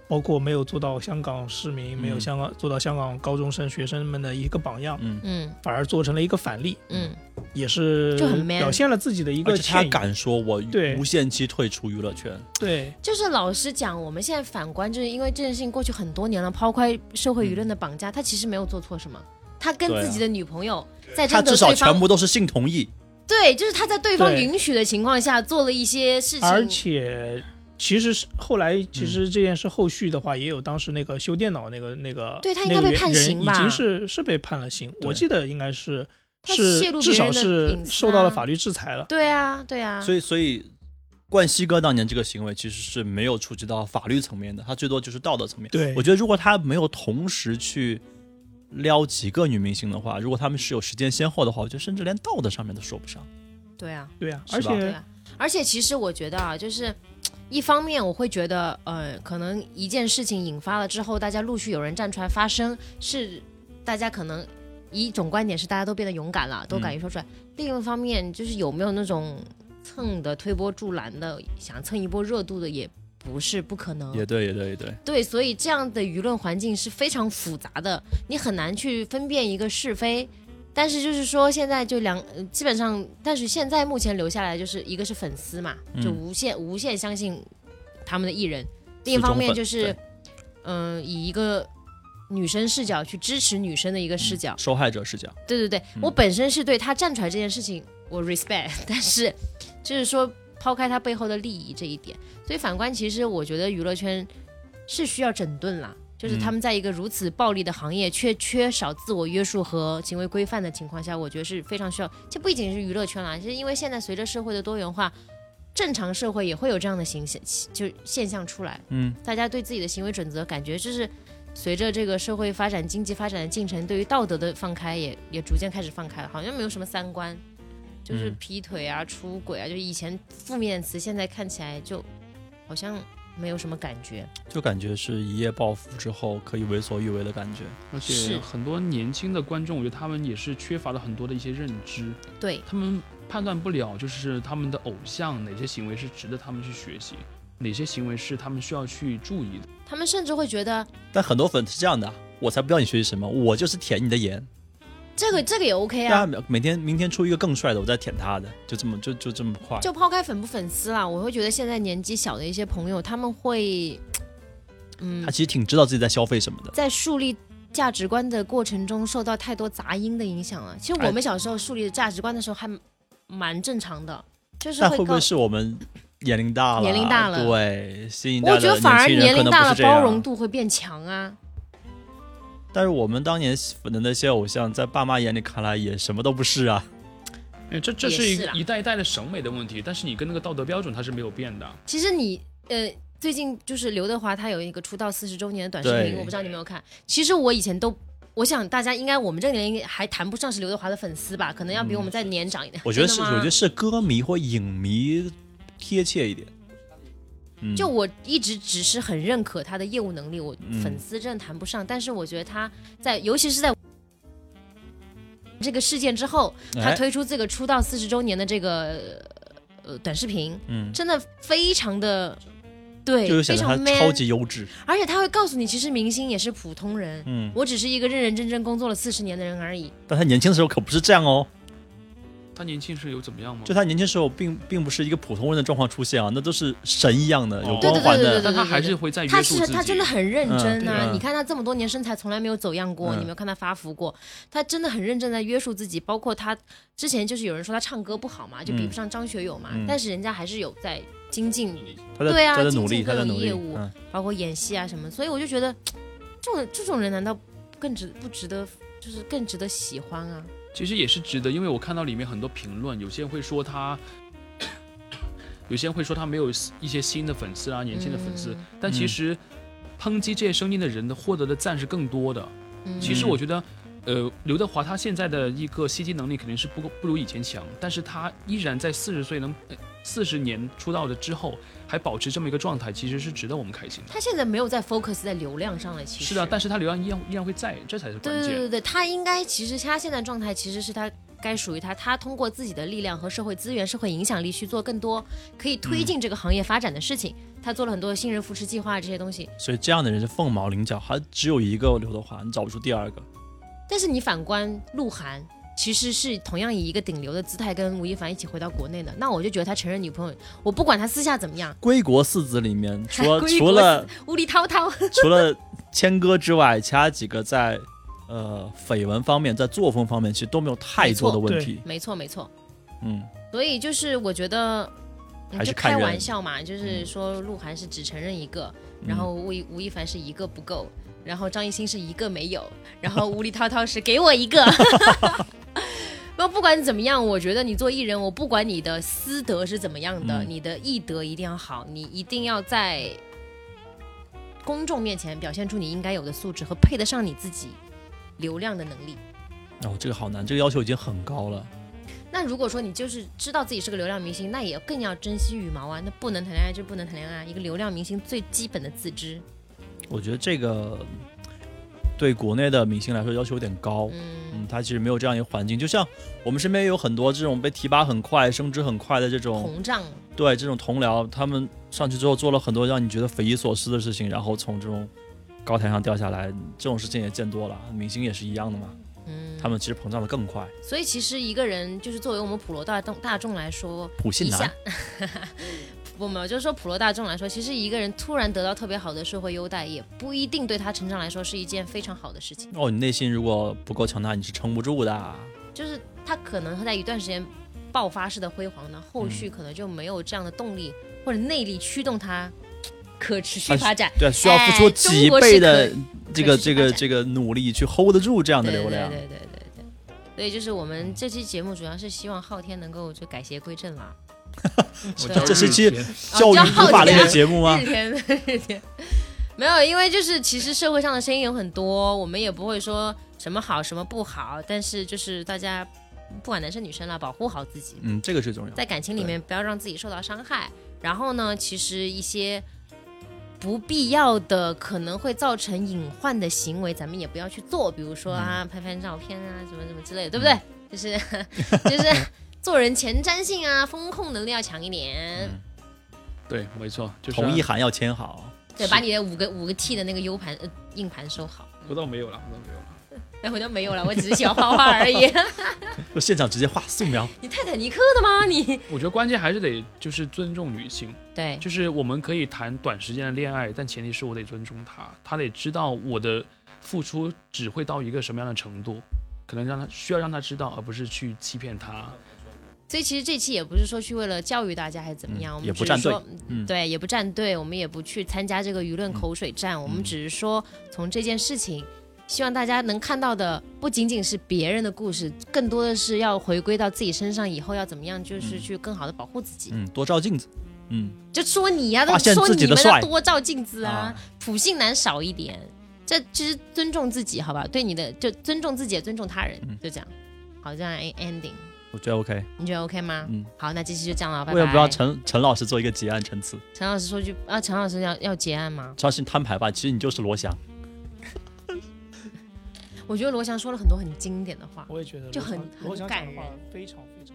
Speaker 5: 包括没有做到香港市民，没有
Speaker 3: 嗯
Speaker 5: 香港做到香港高中生学生们的一个榜样，
Speaker 3: 嗯，
Speaker 2: 嗯
Speaker 5: 反而做成了一个反例，
Speaker 2: 嗯，
Speaker 5: 也是
Speaker 2: 就很 man
Speaker 5: 表现了自己的一
Speaker 3: 而
Speaker 5: 个
Speaker 3: 且他
Speaker 5: 歉意。
Speaker 3: 敢说我
Speaker 5: 对
Speaker 3: 无限期退出娱乐圈，
Speaker 5: 对，
Speaker 2: 就是老实讲，我们现在反观，就是因为这件事情过去很多年了，抛开社会舆论的绑架，他其实没有做错什么。嗯他跟
Speaker 3: 对啊
Speaker 2: 自己的女朋友在
Speaker 3: 他
Speaker 2: 征得
Speaker 3: 至少
Speaker 2: 对
Speaker 3: 全
Speaker 2: 方
Speaker 3: 部都是性同意。
Speaker 2: 对，就是他在对方
Speaker 5: 对
Speaker 2: 允许的情况下做了一些事情，
Speaker 5: 而且其实是后来，
Speaker 3: 嗯
Speaker 5: 其实这件事后续的话，也有当时那个修电脑那个那个，
Speaker 2: 对他应
Speaker 5: 那个
Speaker 2: 该被
Speaker 5: 人
Speaker 2: 判刑
Speaker 5: 人
Speaker 2: 吧
Speaker 5: 已经是是被判了刑，我记得应该是
Speaker 2: 他
Speaker 5: 是
Speaker 2: 泄露别
Speaker 5: 至少
Speaker 2: 人的
Speaker 5: 是
Speaker 2: 隐私
Speaker 5: 受到了
Speaker 2: 啊
Speaker 5: 法律制裁了。
Speaker 2: 对啊，对啊，
Speaker 3: 所以，所以冠希哥当年这个行为其实是没有触及到法律层面的，他最多就是道德层面。
Speaker 5: 对
Speaker 3: 我觉得如果他没有同时去撩几个女明星的话，如果他们是有时间先后的话，我觉得甚至连道德上面都说不上。
Speaker 2: 对啊，
Speaker 5: 对啊，
Speaker 3: 是
Speaker 5: 而
Speaker 3: 吧
Speaker 2: 对
Speaker 5: 且
Speaker 2: 啊。而且其实我觉得啊，就是一方面我会觉得，呃，可能一件事情引发了之后，大家陆续有人站出来发声，是大家可能以一种观点是大家都变得勇敢了，都敢于说出来。另一方面，就是有没有那种蹭的、推波助澜的，想蹭一波热度的，也不是不可能。
Speaker 3: 也对，也对，也对。
Speaker 2: 对，所以这样的舆论环境是非常复杂的，你很难去分辨一个是非。但是就是说，现在就两呃基本上，但是现在目前留下来就是一个是粉丝嘛，就
Speaker 3: 嗯
Speaker 2: 无限无限相信他们的艺人；另一
Speaker 3: 死忠
Speaker 2: 方面
Speaker 3: 粉
Speaker 2: 就是
Speaker 3: 对，
Speaker 2: 嗯、以一个女生视角去支持女生的一个
Speaker 3: 嗯
Speaker 2: 视角。
Speaker 3: 受害者视角，
Speaker 2: 对对对，我本身是对她站出来这件事情我 respect，但 是就是说抛开她背后的利益这一点，所以反观其实我觉得娱乐圈是需要整顿啦，就是他们在一个如此暴力的行业，却缺少自我约束和行为规范的情况下，我觉得是非常需要。这不仅仅是娱乐圈啦，其实因为现在随着社会的多元化。正常社会也会有这样的形象，就现象出来。
Speaker 3: 嗯，
Speaker 2: 大家对自己的行为准则，感觉就是随着这个社会发展、经济发展的进程，对于道德的放开也也逐渐开始放开了，好像没有什么三观，就是
Speaker 3: 嗯
Speaker 2: 劈腿啊、出轨啊，就以前负面词，现在看起来就好像没有什么感觉。
Speaker 3: 就感觉是一夜暴富之后可以为所欲为的感觉。
Speaker 4: 而
Speaker 2: 是
Speaker 4: 且很多年轻的观众，我觉得他们也是缺乏了很多的一些认知，
Speaker 2: 对，
Speaker 4: 他们判断不了就是他们的偶像哪些行为是值得他们去学习，哪些行为是他们需要去注意的。
Speaker 2: 他们甚至会觉得
Speaker 3: 但很多粉是这样的，啊我才不要你学习什么，我就是舔你的颜。
Speaker 2: 这个这个也 OK 啊
Speaker 3: 大，家每天明天出一个更帅的，我再舔他的，就这么就就这么快。
Speaker 2: 就抛开粉不粉丝啦，我会觉得现在年纪小的一些朋友，他们会，嗯
Speaker 3: 他，其实挺知道自己在消费什么的。
Speaker 2: 在树立价值观的过程中受到太多杂音的影响了。其实
Speaker 3: 哎
Speaker 2: 我们小时候树立的价值观的时候还蛮正常的，就是
Speaker 3: 但
Speaker 2: 会
Speaker 3: 会不
Speaker 2: 告
Speaker 3: 会。是我们年龄大了？
Speaker 2: 年龄大了
Speaker 3: 对，新一代
Speaker 2: 我
Speaker 3: 的
Speaker 2: 觉得反而
Speaker 3: 年轻人
Speaker 2: 年龄
Speaker 3: 可能
Speaker 2: 大
Speaker 3: 不
Speaker 2: 了，
Speaker 3: 是这样啊
Speaker 2: 包容。度会变强啊。
Speaker 3: 但是我们当年粉的那些偶像，在爸妈眼里看来也什么都不是啊。
Speaker 4: 哎，这这
Speaker 2: 也
Speaker 4: 是一
Speaker 2: 是啦
Speaker 4: 一代一代的审美的问题，但是你跟那个道德标准它是没有变的。
Speaker 2: 其实你呃，最近就是刘德华他有一个出道四十周年的短视频，
Speaker 3: 对
Speaker 2: 我不知道你有没有看。其实我以前都，我想大家应该我们这个年龄还谈不上是刘德华的粉丝吧，可能要比我们再年长一点。
Speaker 3: 我觉得
Speaker 2: 真
Speaker 3: 嗯是，
Speaker 2: 的吗
Speaker 3: 我觉得是歌迷或影迷贴切一点。嗯，
Speaker 2: 就我一直只是很认可他的业务能力，我
Speaker 3: 嗯
Speaker 2: 粉丝真的谈不上，但是我觉得他在，尤其是在这个事件之后，他
Speaker 3: 哎
Speaker 2: 推出这个出道四十周年的这个呃短视频，
Speaker 3: 嗯，
Speaker 2: 真的非常的对
Speaker 3: 就，显
Speaker 2: 非
Speaker 3: 得他
Speaker 2: 常 man，
Speaker 3: 超级优质。
Speaker 2: 而且他会告诉你，其实明星也是普通人，
Speaker 3: 嗯，
Speaker 2: 我只是一个认认真真工作了四十年的人而已。
Speaker 3: 但他年轻的时候可不是这样哦，
Speaker 4: 他年轻时有怎么样吗？
Speaker 3: 就他年轻时候并并不是一个普通人的状况出现啊，那都是神一样的，有
Speaker 4: 哦
Speaker 3: 光
Speaker 2: 对对
Speaker 3: 环
Speaker 2: 对对
Speaker 3: 的。
Speaker 2: 对
Speaker 4: 但他还是会再约束
Speaker 2: 他
Speaker 4: 自己。
Speaker 2: 是他真的很认真啊！
Speaker 3: 嗯对
Speaker 2: 你看他这么多年身材从来没有走样过，
Speaker 3: 嗯
Speaker 2: 你没有看他发福过，他真的很认真在约束自己。包括他之前就是有人说他唱歌不好嘛，就比不上张学友嘛，
Speaker 3: 嗯
Speaker 2: 但是人家还是有在精进，
Speaker 3: 他在
Speaker 2: 对啊
Speaker 3: 他在努力，
Speaker 2: 精进
Speaker 3: 他在努
Speaker 2: 各种
Speaker 3: 力
Speaker 2: 业务。
Speaker 3: 嗯，
Speaker 2: 包括演戏啊什么。所以我就觉得，嘖这种这种人难道更值不值得？就是更值得喜欢啊！
Speaker 4: 其实也是值得，因为我看到里面很多评论，有些人会说他，有些人会说他没有一些新的粉丝啊，年轻的粉丝。
Speaker 2: 嗯
Speaker 4: 但其实，抨击这些声音的人的获得的赞是更多的。
Speaker 2: 嗯
Speaker 4: 其实我觉得，呃，刘德华他现在的一个吸金能力肯定是不够不如以前强，但是他依然在四十岁能呃四十、40年出道的之后，还保持这么一个状态，其实是值得我们开心的。
Speaker 2: 他现在没有在 focus 在流量上了，其实
Speaker 4: 是的，但是他流量依然依然会在，这才是关
Speaker 2: 对
Speaker 4: 键。
Speaker 2: 对对对，他应该其实他现在状态其实是他该属于他，他通过自己的力量和社会资源、社会影响力去做更多可以推进这个行业发展的事情。他做了很多新人扶持计划这些东西，
Speaker 3: 所以这样的人是凤毛麟角，还只有一个刘德华，你找不出第二个。
Speaker 2: 但是你反观鹿晗。其实是同样以一个顶流的姿态跟吴亦凡一起回到国内的，那我就觉得他承认女朋友，我不管他私下怎么样，
Speaker 3: 归国四子里面，除 了
Speaker 2: 归
Speaker 3: 除
Speaker 2: 国
Speaker 3: 了
Speaker 2: 无理滔 滔，
Speaker 3: 除了谦哥之外，其他几个在呃绯闻方面，在作风方面，其实都没有太多的问题。
Speaker 2: 没错没错。
Speaker 3: 嗯，
Speaker 2: 所以就是我觉得，嗯
Speaker 3: 还是
Speaker 2: 就
Speaker 3: 看
Speaker 2: 开
Speaker 3: 人嗯
Speaker 2: 玩笑嘛，就是说鹿晗是只承认一个，然后吴亦吴亦凡是一个不够，然后张艺兴是一个没有，然后吴李涛涛是给我一个。 那不管怎么样，我觉得你做艺人，我不管你的私德是怎么样的，
Speaker 3: 嗯
Speaker 2: 你的艺德一定要好，你一定要在公众面前表现出你应该有的素质和配得上你自己流量的能力。
Speaker 3: 哦，这个好难，这个要求已经很高了。
Speaker 2: 那如果说你就是知道自己是个流量明星，那也更要珍惜羽毛啊！那不能谈恋爱就不能谈恋爱，啊一个流量明星最基本的自知。
Speaker 3: 我觉得这个对国内的明星来说要求有点高。
Speaker 2: 嗯，
Speaker 3: 嗯，他其实没有这样一个环境，就像我们身边有很多这种被提拔很快、升职很快的这种，
Speaker 2: 膨胀，
Speaker 3: 对这种同僚，他们上去之后做了很多让你觉得匪夷所思的事情，然后从这种高台上掉下来，这种事情也见多了。明星也是一样的嘛，
Speaker 2: 嗯，
Speaker 3: 他们其实膨胀的更快。
Speaker 2: 所以其实一个人就是作为我们普罗大众大众来说，
Speaker 3: 普信
Speaker 2: 一下
Speaker 3: 男，
Speaker 2: 不没有，就是说普罗大众来说，其实一个人突然得到特别好的社会优待，也不一定对他成长来说是一件非常好的事情。
Speaker 3: 哦，你内心如果不够强大，你是撑不住的。啊
Speaker 2: 就是他可能会在一段时间爆发式的辉煌呢，后
Speaker 3: 嗯
Speaker 2: 续可能就没有这样的动力或者内力驱动他可持续
Speaker 3: 他是
Speaker 2: 发展。哎
Speaker 3: 对，需要付出几倍的这个这个这个努力去 hold 得住这样的
Speaker 2: 对
Speaker 3: 流量。
Speaker 2: 对对对对对。所以就是我们这期节目主要是希望昊天能够就改邪归正啦。
Speaker 4: 我
Speaker 2: 对
Speaker 4: 叫
Speaker 3: 这是期
Speaker 4: 日前
Speaker 3: 教育普法类
Speaker 2: 哦
Speaker 3: 的
Speaker 2: 教
Speaker 3: 节目吗
Speaker 2: 日？天日天，没有，因为就是其实社会上的声音有很多，我们也不会说什么好什么不好，但是就是大家不管男生女生啦，保护好自己，
Speaker 3: 嗯，这个最重要。
Speaker 2: 在感情里面不要让自己受到伤害。然后呢，其实一些不必要的可能会造成隐患的行为，咱们也不要去做，比如说啊，拍拍照片啊，什么什么之类的，对不对？就是 就是做人前瞻性啊，风控能力要强一点。
Speaker 4: 对，没错，就是
Speaker 3: 同意函要签好。
Speaker 2: 对，把你的五个五个 T 的那个 U 盘、呃、硬盘收好。
Speaker 4: 我倒没有了，我倒没有了。
Speaker 2: 哎，我都没有了，我只是喜欢画画而已。
Speaker 3: 就现场直接画素描，
Speaker 2: 你泰坦尼克的吗？你
Speaker 4: 我觉得关键还是得就是尊重女性，
Speaker 2: 对，
Speaker 4: 就是我们可以谈短时间的恋爱，但前提是我得尊重她，她得知道我的付出只会到一个什么样的程度，可能让她需要让她知道，而不是去欺骗她。
Speaker 2: 所以其实这期也不是说去为了教育大家还是怎么样，
Speaker 3: 嗯
Speaker 2: 我
Speaker 3: 也
Speaker 2: 们
Speaker 3: 不
Speaker 2: 只
Speaker 3: 站
Speaker 2: 是
Speaker 3: 队
Speaker 2: 说，
Speaker 3: 嗯
Speaker 2: 对，也不站队，我们也不去参加这个舆论口水战，我
Speaker 3: 嗯
Speaker 2: 们只是说从这件事情，希望大家能看到的不仅仅是别人的故事，更
Speaker 3: 嗯
Speaker 2: 多的是要回归到自己身上，以后要怎么样，就是去更好的保护自己。
Speaker 3: 嗯，多照镜子。嗯，
Speaker 2: 就说你呀、
Speaker 3: 发现
Speaker 2: 说
Speaker 3: 自己
Speaker 2: 你
Speaker 3: 的
Speaker 2: 们要
Speaker 3: 帅
Speaker 2: 多照镜子啊
Speaker 3: 啊，
Speaker 2: 普信男少一点。这其实尊重自己，好吧？对你的就尊重自己，也尊重他人
Speaker 3: 嗯，
Speaker 2: 就这样。好，这样 ending，
Speaker 3: 我觉得 OK。
Speaker 2: 你觉得 OK 吗？
Speaker 3: 嗯，
Speaker 2: 好，那这期就这样了，拜
Speaker 3: 为什么不让
Speaker 2: 拜。
Speaker 3: 陈陈老师做一个结案陈词？
Speaker 2: 陈老师说句啊，陈老师要要结案吗？
Speaker 3: 相信摊牌吧，其实你就是罗翔。
Speaker 2: 我觉得罗翔说了很多很经典的话。
Speaker 5: 我也觉得
Speaker 2: 就
Speaker 5: 罗翔
Speaker 2: 很
Speaker 5: 罗
Speaker 2: 很
Speaker 5: 翔讲
Speaker 2: 感
Speaker 5: 的话
Speaker 2: 人
Speaker 5: 非常非常。